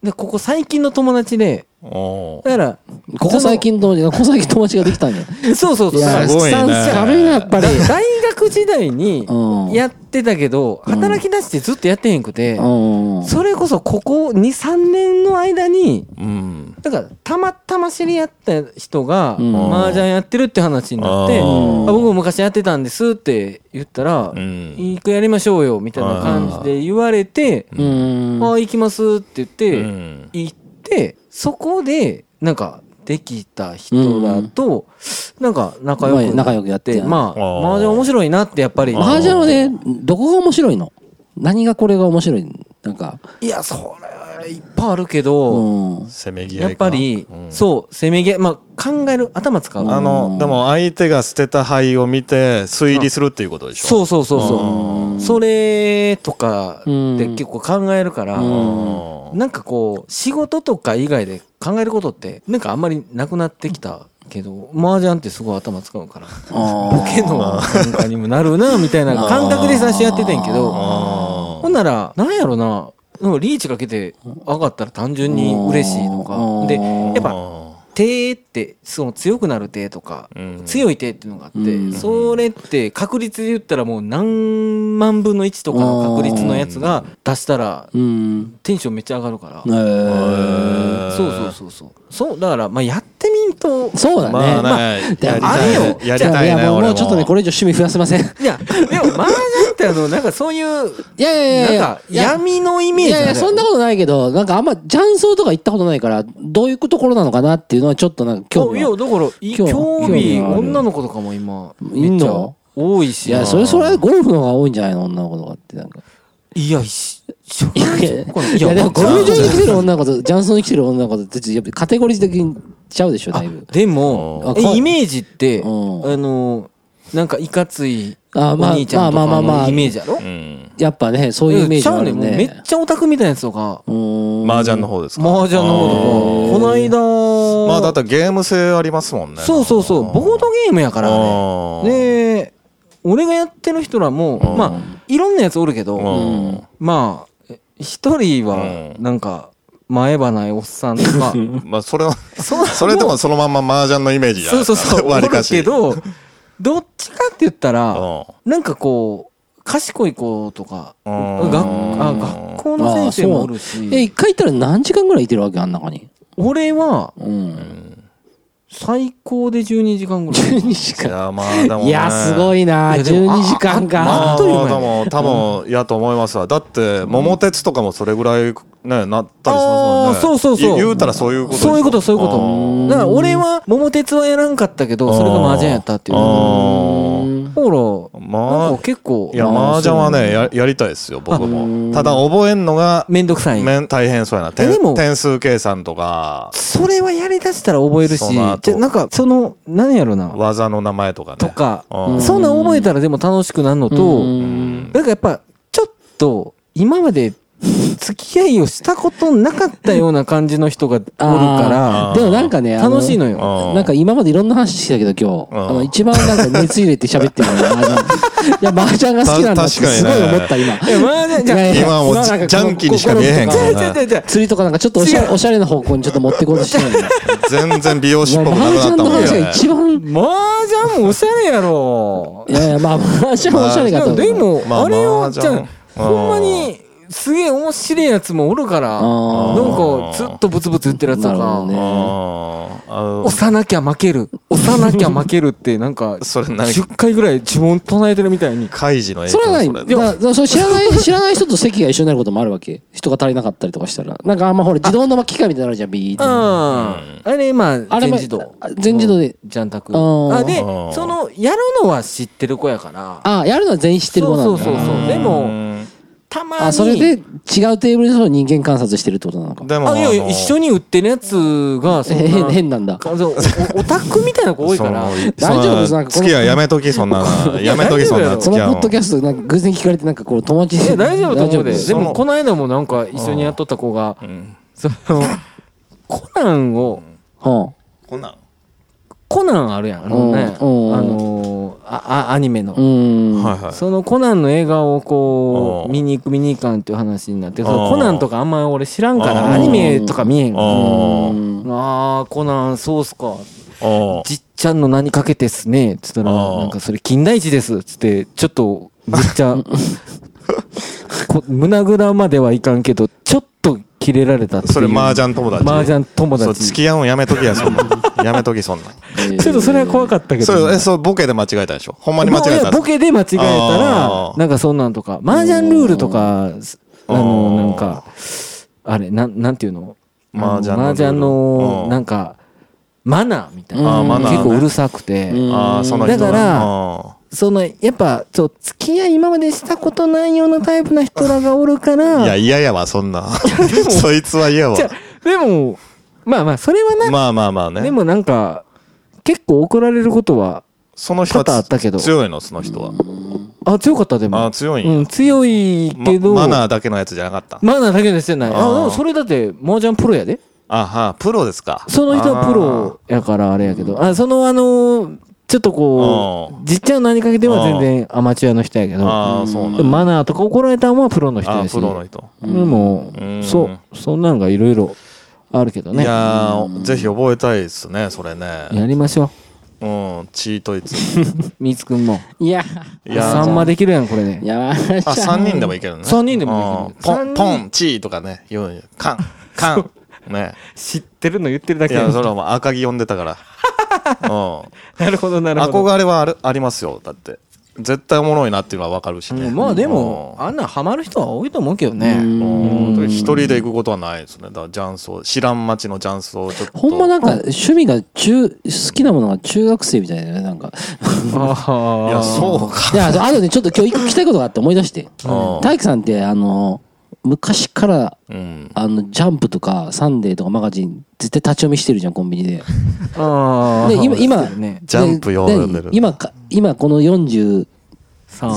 でここ最近の友達で
おー
だから
ここ最近友達、ここ最近友達ができた んや。
そうそうそうだから
すご
ス
いね
タンス軽いな、やっぱり。
だ大学時代 に
うん
やってたけど、
うん
働き出してずっとやってへんくて、
うん。
それこそここ23年の間に
うん。
だからたまたま知り合った人が
うん
麻雀やってるって話になって、
あー
あ僕も昔やってたんですって言ったら、
うん。
一回やりましょうよみたいな感じで言われて、
うん。
ああ行きますって言っ
う
て、
ん
行ってそこでなんかできた人らと、なんか仲良
ま
くなって
あ仲良くやって
まあ
あー
麻雀面白いなってやっぱり
麻雀はね、どこが面白いの何がこれが面白いのなんか。
いやそれいっぱいあるけ
う
ど、
ん。
せめぎ合い
やっぱり、そうせめぎ合いまあ考える頭使う、
あの、でも相手が捨てた牌を見て推理するっていうことでしょ
そうそうそう
う
そ
ん
うそれとか
うん
で結構考えるから、
うん
なんかこう仕事とか以外で考えることってなんかあんまりなくなってきたけど麻雀ってすごい頭使うからボ
ボ
ケのなんかにもなるなみたいな感覚で差し合っててんけどほんならなんやろななんかリーチかけて上がったら単純に嬉しいとかでやっぱ手ってその強くなる手とか
うん
強い手っていうのがあって、
うん
それって確率で言ったらもう何万分の1とかの確率のやつが出したら
うん。
テンションめっちゃ上がるから、
えー
そうそうそうそうそうだからまあやってみんと
そうだね。
まあ
まあ
ね、
で
やり
も
たい
あれよ
ねやりたい
や
ね
もう
俺
もうちょっとね、これ以上趣味増やせません。
いやでも麻雀ってってあの、なんかそういう、
いやいやいやいや。
なんか闇のイメー
い
ジあ
や
る
いや、そんなことないけど、なんかあんま、雀荘とか行ったことないから、どういうところなのかなっていうのはちょっとなんか興
あ
味
い
は
や、だから、い
興味
興味、
興味ある
女の子とかも今、
いん
めっちゃ
の
多いし。
いや、それ、それはゴルフの方が多いんじゃないの女の子とかって。なんか。
いや、ししょ
いや、いやいやでも、ゴルフ場に来てる女の子と、ジャンソンに来てる女の子と、ちょっとやっぱカテゴリー的にちゃうでしょ、だいぶ。
でも
あ、か
えイメージって、あ
うん
の、なんかいかつい
あ
お
まあ
兄ちゃんと
まあまあ
か
まあまあ
のイメージやろ
うん。
やっぱね、そういうイメージ
ちゃ
はあ
うね
る
んもうめ
ね
っ。ちゃオタクみたいなやつとか、
うーん
麻雀の方ですか
麻雀の方とか、この間、
あーまあ、だっ
って
ゲーム性ありますもんね。
そうそうそう、ボードゲームやからね。
あー
で、俺がやってる人らも、
うん
まあ、いろんなやつおるけど、
うん
まあ、一人は
う、ん
なんか、前歯ないおっさんと か、
まあ、それは、
そう
それでもそのまんま麻雀のイメージじゃな
そ
いうで
そう
すか。
そう、お
割りか
る
し。
けど、どっちかって言った
うん、
ら、なんかこう、賢い子とか、
う
が
ん
あ学校の先生もおる
え、
し、
一回行ったら何時間ぐらいいてるわけあん中に。
俺は
うん。
最高で12時間ぐらい。
12時
い
間。
や、まあ、でも、ね。
いや、すごいない
やでも
12時間
ま
か
あ、。
と
で
いう間に
も、多分、いやと思いますわ。だって、桃鉄とかもそれぐらい、ね、なったりしますもん
あー
ね。
そうそうそう
い言うたらそういうことでしょ
そういうこと、そういうこ
ん
と。だから俺は桃鉄はやらんかったけど、それが麻雀やったっていう。
あ
ほら、
ま
な
あ
んか、結構
い、や、麻雀はね、ややりたいですよ、僕も。ただ、覚えんのが、
めんどくさい。
めん大変そうやな。
えでも
点点数計算とか、
それはやりだしたら覚えるし、
その後
じゃなんか、その、何やろな、
技の名前とかね。
とか、
うん
そんなん覚えたらでも楽しくなるのと、
うん
なんかやっぱ、ちょっと、今まで、付き合いをしたことなかったような感じの人がおるか
あ
でもなんかね、
ら、
あ
楽しいのよ。
うん
なんか今までいろんな話してたけど、今
うん
日、あの、一番なんか熱入れて喋ってるのが麻 雀。いや、麻雀が好きなんだって
た
すごい思った、今。
いや、まあね、じゃ
い
あ、
やいや
今はもう
まあなんかこう
ジャンキーにしか見えへんから
心
ね
と
じゃあじゃあじゃあ
釣りとかなんかちょっとおし
違
ゃ
う
おしゃれな方向にちょっと持ってこうとして ない。
全然美容師っぽくなく
麻
なった
雀の
もん
話
ね
が。一番、
麻雀もおしゃれやろ
い。やいや、まあ、麻雀はおしゃれ
い
か
や
と。
で、も、
まあ
あれを、
麻
じ
雀
ゃあほんまに、すげえ面白いやつもおるから、
あー
なんか、ずっとブツブツ言ってるやつと
なるほど
か、
ね
うんあの
押さなきゃ負ける、押さなきゃ負けるって、なんか、
それ何
10回ぐらい自分唱えてるみたいに。
カイジの影
そ
響
れはない。
れ
だからそれ知らない、 知らない人と席が一緒になることもあるわけ。人が足りなかったりとかしたら。なんかあんまほら、自動の機械みたいなのあるじゃん、ビーって。
うんあれ、まあ、
あれ
全
も
自動。
あ全自動で
うん。ジャンタク。
あー
あ、で
あ、ー
その、やるのは知ってる子やから。
あ、やるのは全員知ってる子なんだ。
そうそうそう。でも、たまに。
あ、それで違うテーブルでその人間観察してるってことなのか。
でも
あ、いやいや、一緒に売ってるやつが、そんな
変変なんだ。
あそうおおオタクみたいな子多いから。
大丈夫ですなんかこの
付き合いやめときそんなのやめときそんな
こ
付
の
き合い
ポッドキャストなんか偶然聞かれてなんかこう友達
いや、大丈夫と思う
大
で。
丈
で
その
も、この間もなんか、一緒にやっとった子が、
ん
その、コナンを、
夫
こんなん
コナンあるやん。あのね、あ
うんうん
のー、あ、あアニメの
う。ん。うん。
はいはい
そのコナンの映画をこ
う
うん見に行く見に行かんっていう話になって
うん
そのコナンとかあんま俺知らんか
うん
らアニメとか見えへんから
あ
あーコナンそうっすか
あ
じっちゃんの何かけてっすねっつったら
うん
なんかそれ金田一ですっつってちょっとじ っちゃんこ胸ぐらまではいかんけどちょっとキレられたっていう
それ麻雀友達
麻雀友
そう
達
付き合うんやめときやそんなんやめときそんなん
ちょっとそれは怖かったけど
それえそうボケで間違えたでしょほんまに間違え
ま
た
あいやボケで間違えた
あ
ら
ー、
なんかそんなんとか、麻雀ルールとか、すあの、なんか、あれ、なん、なんていうの
麻雀の
の、麻雀の
うん
なんか、マナーみたい
あ
な。
ーマナーね
結構うるさくて、
うん
ああその人
だから
あ
その、やっぱ、そう、付き合い今までしたことないようなタイプな人らがおるか
あいや
ら、
嫌やわそんなんそいつは嫌やわ
じゃでも、まあまあ、それはな、
まあまあまあね
でもなんか、結構怒られることは、
その人
多々あったけど
強いのその人は
あ、強かったで
あ
も
あ。強いんや
うん、強いけど、
まマナーだけのやつじゃなかった
マナーだけですよない。
あ
あ、
ー
でもそれだって、麻雀プロやで。
あはプロですか
その人はプロやからあれやけど、あ、そのあのー、ちょっとこ
う
う、じっちゃんの何かけては全然アマチュアの人やけ
あー
ど、
あーそうなん
でもマナーとか怒られたんはプロの人
あ
や
ー
し、
プ
で
ロの人
も
う、ん
そう、そんなんがいろいろあるけど
い
ね。や
やーぜひ覚えたいですねそれね
りましょ
うんチートイツ
う。みーつくんも。
いや、
い
さ
や
んまできるやん、これで。
やばい。
あ三人でもいけるね
三人でもいける
うんポンポンチーとかね言うんよカンカン ね
知ってるの言ってるだ
い
や
や
ん
それはもう 赤木呼んでたからうん
なるほど、なるほど。
憧れはあるありますよだって絶対おもろいなっていうのはわかるしね、
うんまあでも、あんなんハマる人は多いと思うけど
う
ね。
ん
うん一人で行くことはないですねだから雀荘知らん町の雀荘をちょっと
ほんまなんか趣味が中、好きなものが中学生みたいなね、なん か。
あ
いやそうか
いや、あとあとね、ちょっと今日一個聞きたいことがあって思い出して。
うん
大樹さんって、あの、昔から、
うん
あの、ジャンプとか、サンデーとかマガジン、絶対立ち読みしてるじゃん、コンビニで。
あ
で、今、今、
ね、
ジャンプ読んでる
何今か、今この43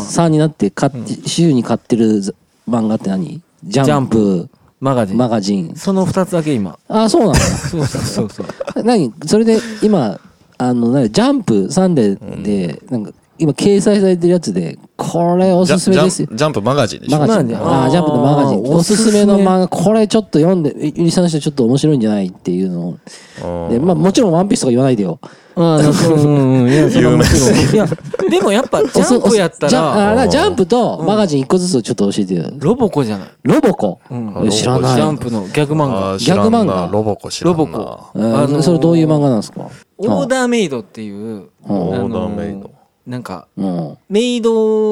さあ、
になって買っ、週に買ってるざ漫画って何ジャンプ、
マガジン。
マガジン。
その二つだけ今。
あ、そうなんだ。
そうそうそうそう。
何それで今あの何ジャンプサンデーで、なんか今掲載されてるやつでこれおすすめですよ
ジャンジャンプマガジンでし
マ
ょ
ガジン
ジャンプ
ああージャンプのマガジン
お
お
す
す
すめ
すめの漫画これちょっと読んでえリスナーの人ちょっと面白いんじゃないっていうのをでまあもちろん「ワンピースとか言わないでよ
あのうんうん。いや、それはもちろん。いや、でもやっぱジ
おす
ャンプやった
おすジャ ンあ
ら、
だからジャンプとマガジン一個ずつちょっと教えてよ
ロボコじゃない。
ロボコ、
うん
え知ら
ジ
ない
ャンプのギャグ漫
あ
画
ー。知らん
ギャ
な
グ漫画
ロボコ知らん
ロ
な
ボコ。
えー
あのー
それどういう漫画なんですか
オーダーメイドっていう、あの
オーダーメイド。
なんか、
うんは
メイ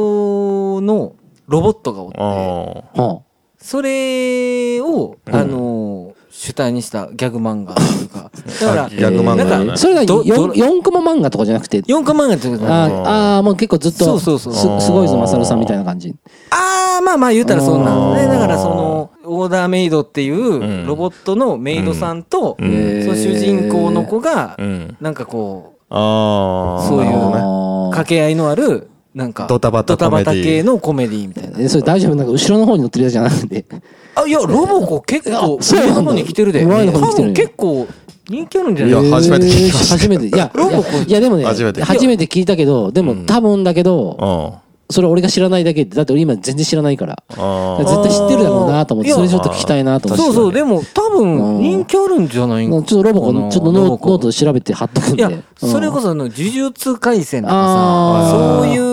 ドのロボットがおって、
あ
あ
それを、あのー主体にしたギャグ漫画とい うか。だから、
ギャグ漫画だね
えーそれ何
どど
4, 四コマ漫画とかじゃなくて
4巻漫画ってことだね
あーあーもう結構ずっと
そうそうそう
すすごいぞマサルさんみたいな感じ
あー、まあまあ言うたらそんなんね。だからその、オーダーメイドってい
ん
うロボットのメイドさんと、
ん
その主人公の子が
ーう、ん
なんかこう、
あー
そういう
なるほどね
掛け合いのある、なんか、
ドタバタコメディ
系のコメディみたいな。
えそれ大丈夫なんか後ろの方に乗ってるやつじゃなくて
あ、いや、ロボコ結構、
あそうなんだ
上の方に来てるで。多
上の方に来てる
分
ね
結構、人気あるんじゃ
い
ない
や
えー
初めて聞きました
初めていやい
ロボコ
やいやでもね
初
初
め
め
て
て聞いたけどでも多分だけ
う
ど
ん
それ俺が知らないだけでだって俺今全然知らないから
あー
絶対知ってるだろうなと思っ
い
て
や
それちょっと聞きたいなと思って
そうそう、でも多
う
分
ん
人気あるんじゃない
なんかちょっとロボコ
この
のちょっとノー
ロボコ
ノートで調べて貼っとくん
い
で
や、それこそあの、呪術廻戦とかさ、
あー
そういう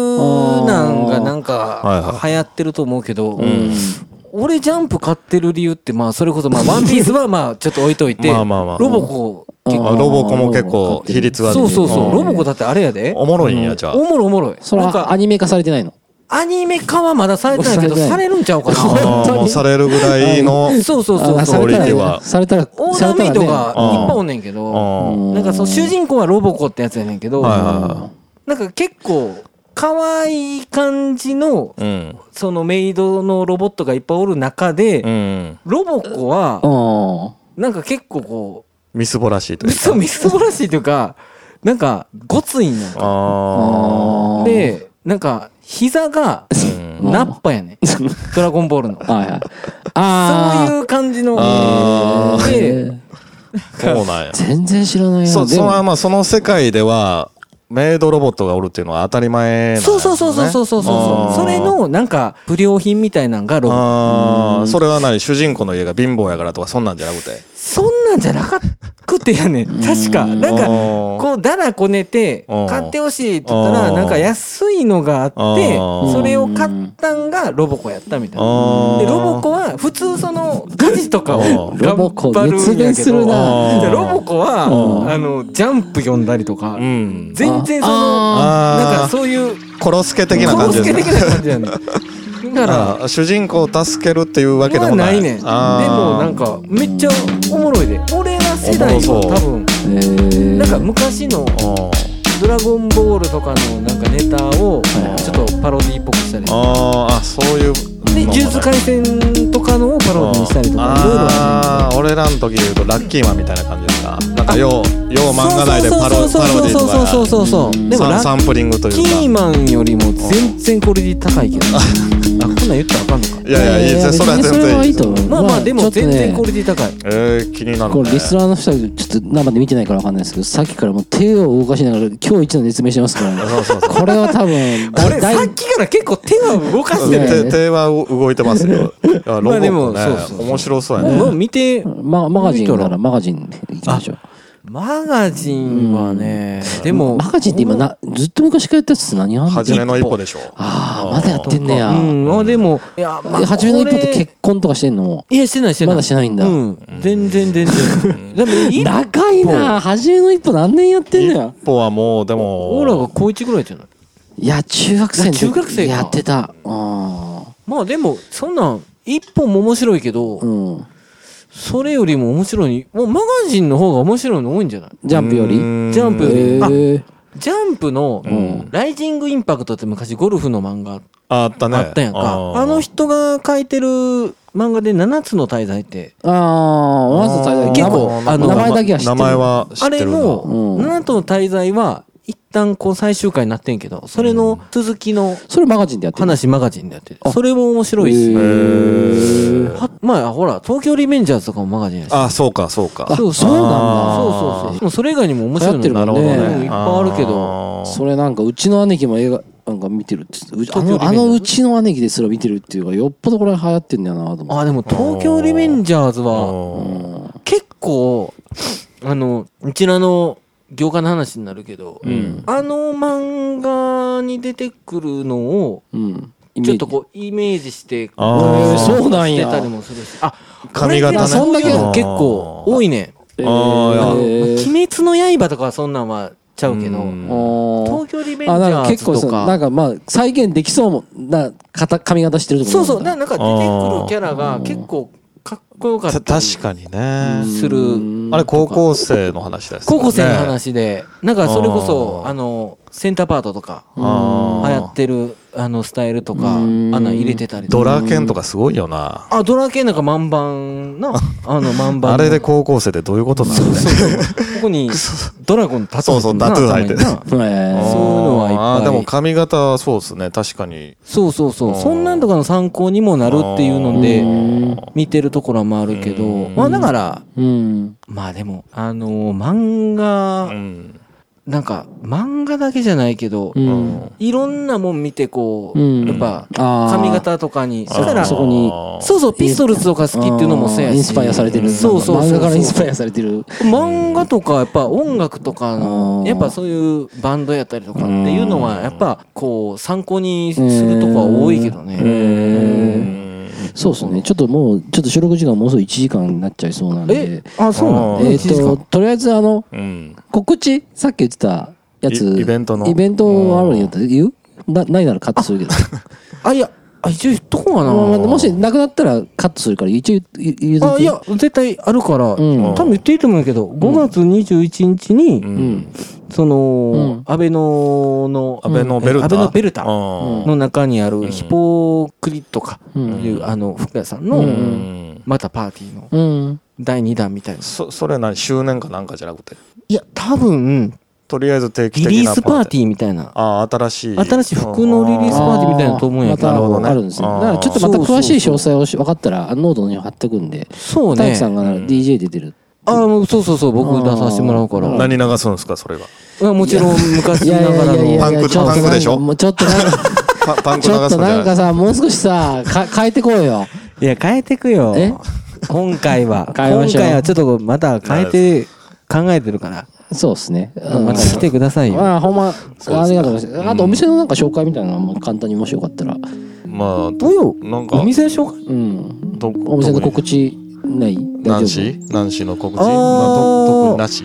なんがな
は
ん
いは
か流行ってると思うけど、俺ジャンプ買ってる理由って、まあそれこ そ、まあワンピースはまあちょっと置いといて、
まあまあまあ
ロボコ、
うん
あロボコも結構比率は
そうそうそう、ロボコ
だ
だってあれやで。
おもろいんやじゃあ
おもろいおもろい。
それ
なん
はア
か、
ニメ化されてないの
アニメ化はまだされてないけど、
さ
さ
れ
れるんちゃうかな。
あーもうされるぐらいの
そうそうそ
あ
う
さ
そう。
れた
クオリティ
ら
は
されたら
オー
され
ダー
た
メイ
ら
ド
ね
がいっぱいおんねんけ
う
ど、
ん
なんかその主人公はロボコってやつやねんけど、
はいはいは
なんか結構、可愛い感じの、
いうん
そのメイドのロボットがいっぱいおる中で、
うん
ロボコは、
うん
なんか結構こ
みすぼらしいと
う、
いうか
そう、みすぼらしいというか、なんか、ごついんやんか。
あ
あー
で、なんか、膝が、ナッパ やねん。ドラゴンボールの。
はいはい。
そう
あ
いう感じの。
あ
あ。
で、
あそうなんや
全然知らないな。
そう
で
そ
も
のまあその世界ではメイドロボットがおるっていうのは当たり前なんや
そうそうそうそうそうそうそう。それの、なんか、不良品みたいなんがロボコ。
ああそれは何主人公の家が貧乏やからとかそんなんじゃなくて
そんなんじゃなかくてやねん。確か。なんか、
おー
こう、だらこねて
うん、
買ってほしいって言ったら、
うん
なんか安いのがあって、
うん
それを買ったんがロボコやったみたい
うん
な。で、ロボコは、普通その、家事とか
う
を
ん
ロボ
頑
コ
張るん
熱弁
やけ
す
ど
る、な
じゃあロボコは、あの、ジャンプ読んだりとか、
うん
全然その、
あ
あ
なん
ー
かそういう、
コロスケ的な
コ
感
ロ
じ
ス
で
ケ
すね
的な感じやねん。だから、
あー主人公を助けるっていうわけでもない
はねんでも
あー
なんかめっちゃおもろいで俺ら世代は
おもろそう
多分
ーへ
なん
ー
か昔の
うん
「ドラゴンボール」とかのなんかネタをちょっとパロディっぽくしたり
あーあそういう
で「呪術廻戦」とかのをパロディにしたりとかいろいろあ
ああー俺らの時で言うとラッキーマンみたいな感じですかなんかようよう
る
漫画内でパロパ
そう
ロ
そう
ディ
そう
と
そうそう
か
そうそうでも
サン
ラ
サ
ッ
ンプリングと
キ
い
ー
うか
マンよりも全然クオリティ高いけどあこんなん言ったらあかんのか
いやいやいいですそれは全
別にそれ
然
はい
い
いと思う。
まあまあでも全然クオ
れ。
リティ高い
えー、気になる
これ
ね
リスナーの人はちょっと生で見てないからわかんないですけどさっきからもう手を動かしながら今日一の熱弁してますからねこれは多分だ
俺
だい
さっきから結構手は動かしてる
ね
手手は動いてます よ。いやロボ
で
ット
も
ね
そうそうそう
面白そうや
もう
ね。
見て
まマガジンならマガジン行きましょう
マガジンはね、でも、
マガジンって今なずっと昔からやったやつ何あんの
初めの一歩でしょ。
ああまだやってんねや
うん、あでも、いや、まあ
え初めの一歩っ
こ
て
れ
結婚とかしてんのも
いや、してない、してな
ま
い。
だしてないんだ
うん、全然、全然。でも、い
長いな初めの一歩何年やってんのよ
一歩はもうでも
オーラが高一ぐらいじゃない
いや、中学生の時
中学生か
やってた。うん。
まあでも、そんなん、一本も面白いけど、
うん。
それよりも面白い、もうマガジンの方が面白いの多いんじゃない
ジャンプより
うーん
ジャンプより
えー
ジャンプの、
ん
ライジングインパクトって昔ゴルフの漫画
あったね。
あったやんか。
あー
あの人が書いてる漫画で7つの大罪って、
ああ、まず最初
結構
名前
あの
名前だけは知ってる。
名前は知
あ
って
れ
るな。
の
うん
7つの大罪は、一旦こう最終回になってんけど、それの続きの
それマガジンでやってる。
話マガジンでやってる。それも面白いし
へ。ー
はまあほら、東京リベンジャーズとかもマガジンやし。
あ、そうか、そうか。
そう
そうなんだ
そうそうそう。でもそれ以外にも面白いの
流行ってるもんね
うん
なるほど
い
ね
っぱいあるけ
あ
ど。
ー
それなんかうちの姉貴も映画なんか見てるって言ってうちあ
東京リベンジ
のあ
ャーズ
のうちの姉貴ですら見てるっていうかよっぽどこれ流行ってんだよなと思っ
あ、でも東京リベンジャーズは
うん
結構、あの、うちらの業界の話になるけど、あの漫画に出てくるのを、
てうん
ちょっとこうイメージして、
あ
ーそうなんや
してたりもするし。あ、
髪型ね
そんだけ結構多いね。
え
あー
まあ
ー
鬼滅の刃とかはそんなんはちゃうけど、
うん
あー
東京リベンジ
あなん
ャ
か
ー
結
ズ
構そ
と
う
か。
なんかまあ再現できそうもな型髪型してるとこ
そうそう、
な
な
ん
なんか出てくるキャラが結構かっこよかった
た
り。
確かにね。
する
うん
あれ、高校生の話ですよ
高
ね。
校生の話で、なんかそれこそ、
あー
あの、センターパートとか、流
あー。
行ってる、あの、スタイルとか、あ
うん
んなん入れてたりと
ド
か。
ラケンとかすごいよな。
あ、ドラ系なんか満番 な、あの、満番。
あれで高校生ってどういうことなのね
ここに、ドラゴンタトゥー
そうそうタトゥー入ってる
頭にな
え
あ
ー
ーそういうのはいっぱい
あーでも髪型はそうですね。確かに。
そうそうそう
あ。ー
そんなんとかの参考にもなるっていうの
う
で、
ん
見てるところもあるけど、
うん
まあだから、
うん
まあでも、あのー漫
う
画、
ん。
なんか、漫画だけじゃないけど、
うん
いろんなもん見てこう、
うん
やっぱ、
あー
髪型とかに、
あ
そしたら、
ー
そこに
そうそう、ピストルズとか好きっていうのもそうやし。
インスパイアされてる
そうそうそうそう。
漫画からインスパイアされてる
漫画とか、やっぱ音楽とかの
う、ん
やっぱそういうバンドやったりとかっていうのは、やっぱ、こう、参考にするとこは多いけど
へ
ね。
ーそうですね。ちょっともう、ちょっと収録時間もうすぐ1時間になっちゃいそうなん
え
で。、
あ、そうなの
あー
えっと、とりあえずあの、
うん。
告知さっき言ってたやつ。
イイベントの
イベントあるんやったら言うなないならカットするけど。
あ、いや、あ一応言っとこうかな。
まあもしなくなったらカットするから、一応言う言うだけ
あ、いや、絶対あるから、
うん
多分言っていいと思うんやけど、5月21日に、
うん。
その、安倍の、の、
安倍のベルタ。
安倍のベルタ
うん
の中にあるヒポクリとかいう、あの、服屋さんの、
うん
またパーティーの
うん。
第2弾みたいな。
そそれ何周年かなんかじゃなくて。
いや、多分、
とりあえず定期
リ
的な
リースパーテ
ィー。
ィーみたいな。
ああ、新しい。
新しい服のリリースパーティーみたいなのと思うんやけど
あーま
なるほどね
たあるんですよ。
あー
だからちょっとまた詳しい詳細をし分かったら、あのノートの方に貼っておくんで、
そう
大
ね
樹。さんが DJ 出てる。
あーもうそうそうそう、僕出させてもらうか
あ
ら。
何流すんですか、そ れが。
あもちろん昔ながらの。
パンク
ちょっと
パンクでしょ
もうちょっとなんか
パパンク
ち
流
ょっ
す
と
んじ
な
ゃなんいで
か
すか。
さ、もう少しさ、か変えてこうよ。
いや、変えてくよ
え。
今回は。
変えま
今
しょう
回はちょっとまた変えて、考えてるから。
そうですね。うん
また来てくださいよ。
まあ、ほんま、ありがとうございます。あと、お店のなんか紹介みたいなのも簡単にもしよかったら。
まあ、
どうよ。
なんか
お、店紹介
うん。
ど
お店の告知ない
何
大
し
丈
何しの告知
あー
まあと特になし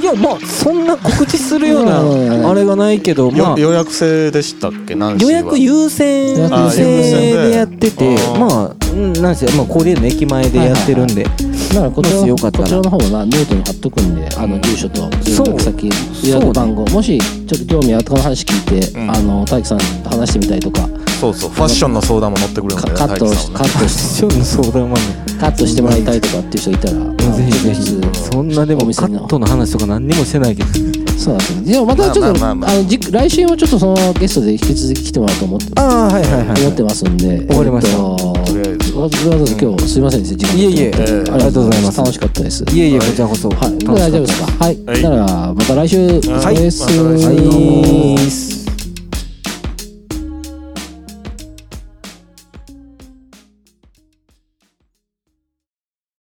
いや、まあ、そんな告知するよう
うん
な、あれがないけど、まあ
よ、予約制でしたっけ何し
予
は
約優先
予約優先
制でやってて
あ、ー
まあ、うんなんせ、まあ、氷の駅前でやってるんで。
夫。だから、こちら
もし
の、
よかったら
こちらの方もな、ノートに貼っとくんで、あの、住所と、
そう
連絡先、予約番号。もし、ちょっと興味あったこの話聞いて、
うん
あの、大樹さんと話してみたいとか、
そうそうファッションの相談も乗ってくれるん
か
だよ
カット
大
し、
地
カ
さんはね
ットし、
師匠の相談ま
カットしてもらいたいとかっていう人いたら、
で。ぜひぜ
ちょっと
ひ。そんなでも
お、店
カ
の
ットの話とか何にもしてないけど。
そうなんですよ。でもまたちょっと、
ま
あ
あまあまあ
の、じ来週はちょっとそのゲストで引き続き来てもらおうと思って、
ああ、はいはい
思ってますんで。
わかりまし
えっ
た
と
とりあえず
わざわざ今日すいませんね、時間。
いえいえ、
えー
ありがとうございます。
楽しかったです。
いえいえ、こちらこそ。
はい、もう大丈夫ですか。はい。
はい
なら、また来週。お疲れ様です。
はいまた来週
はい。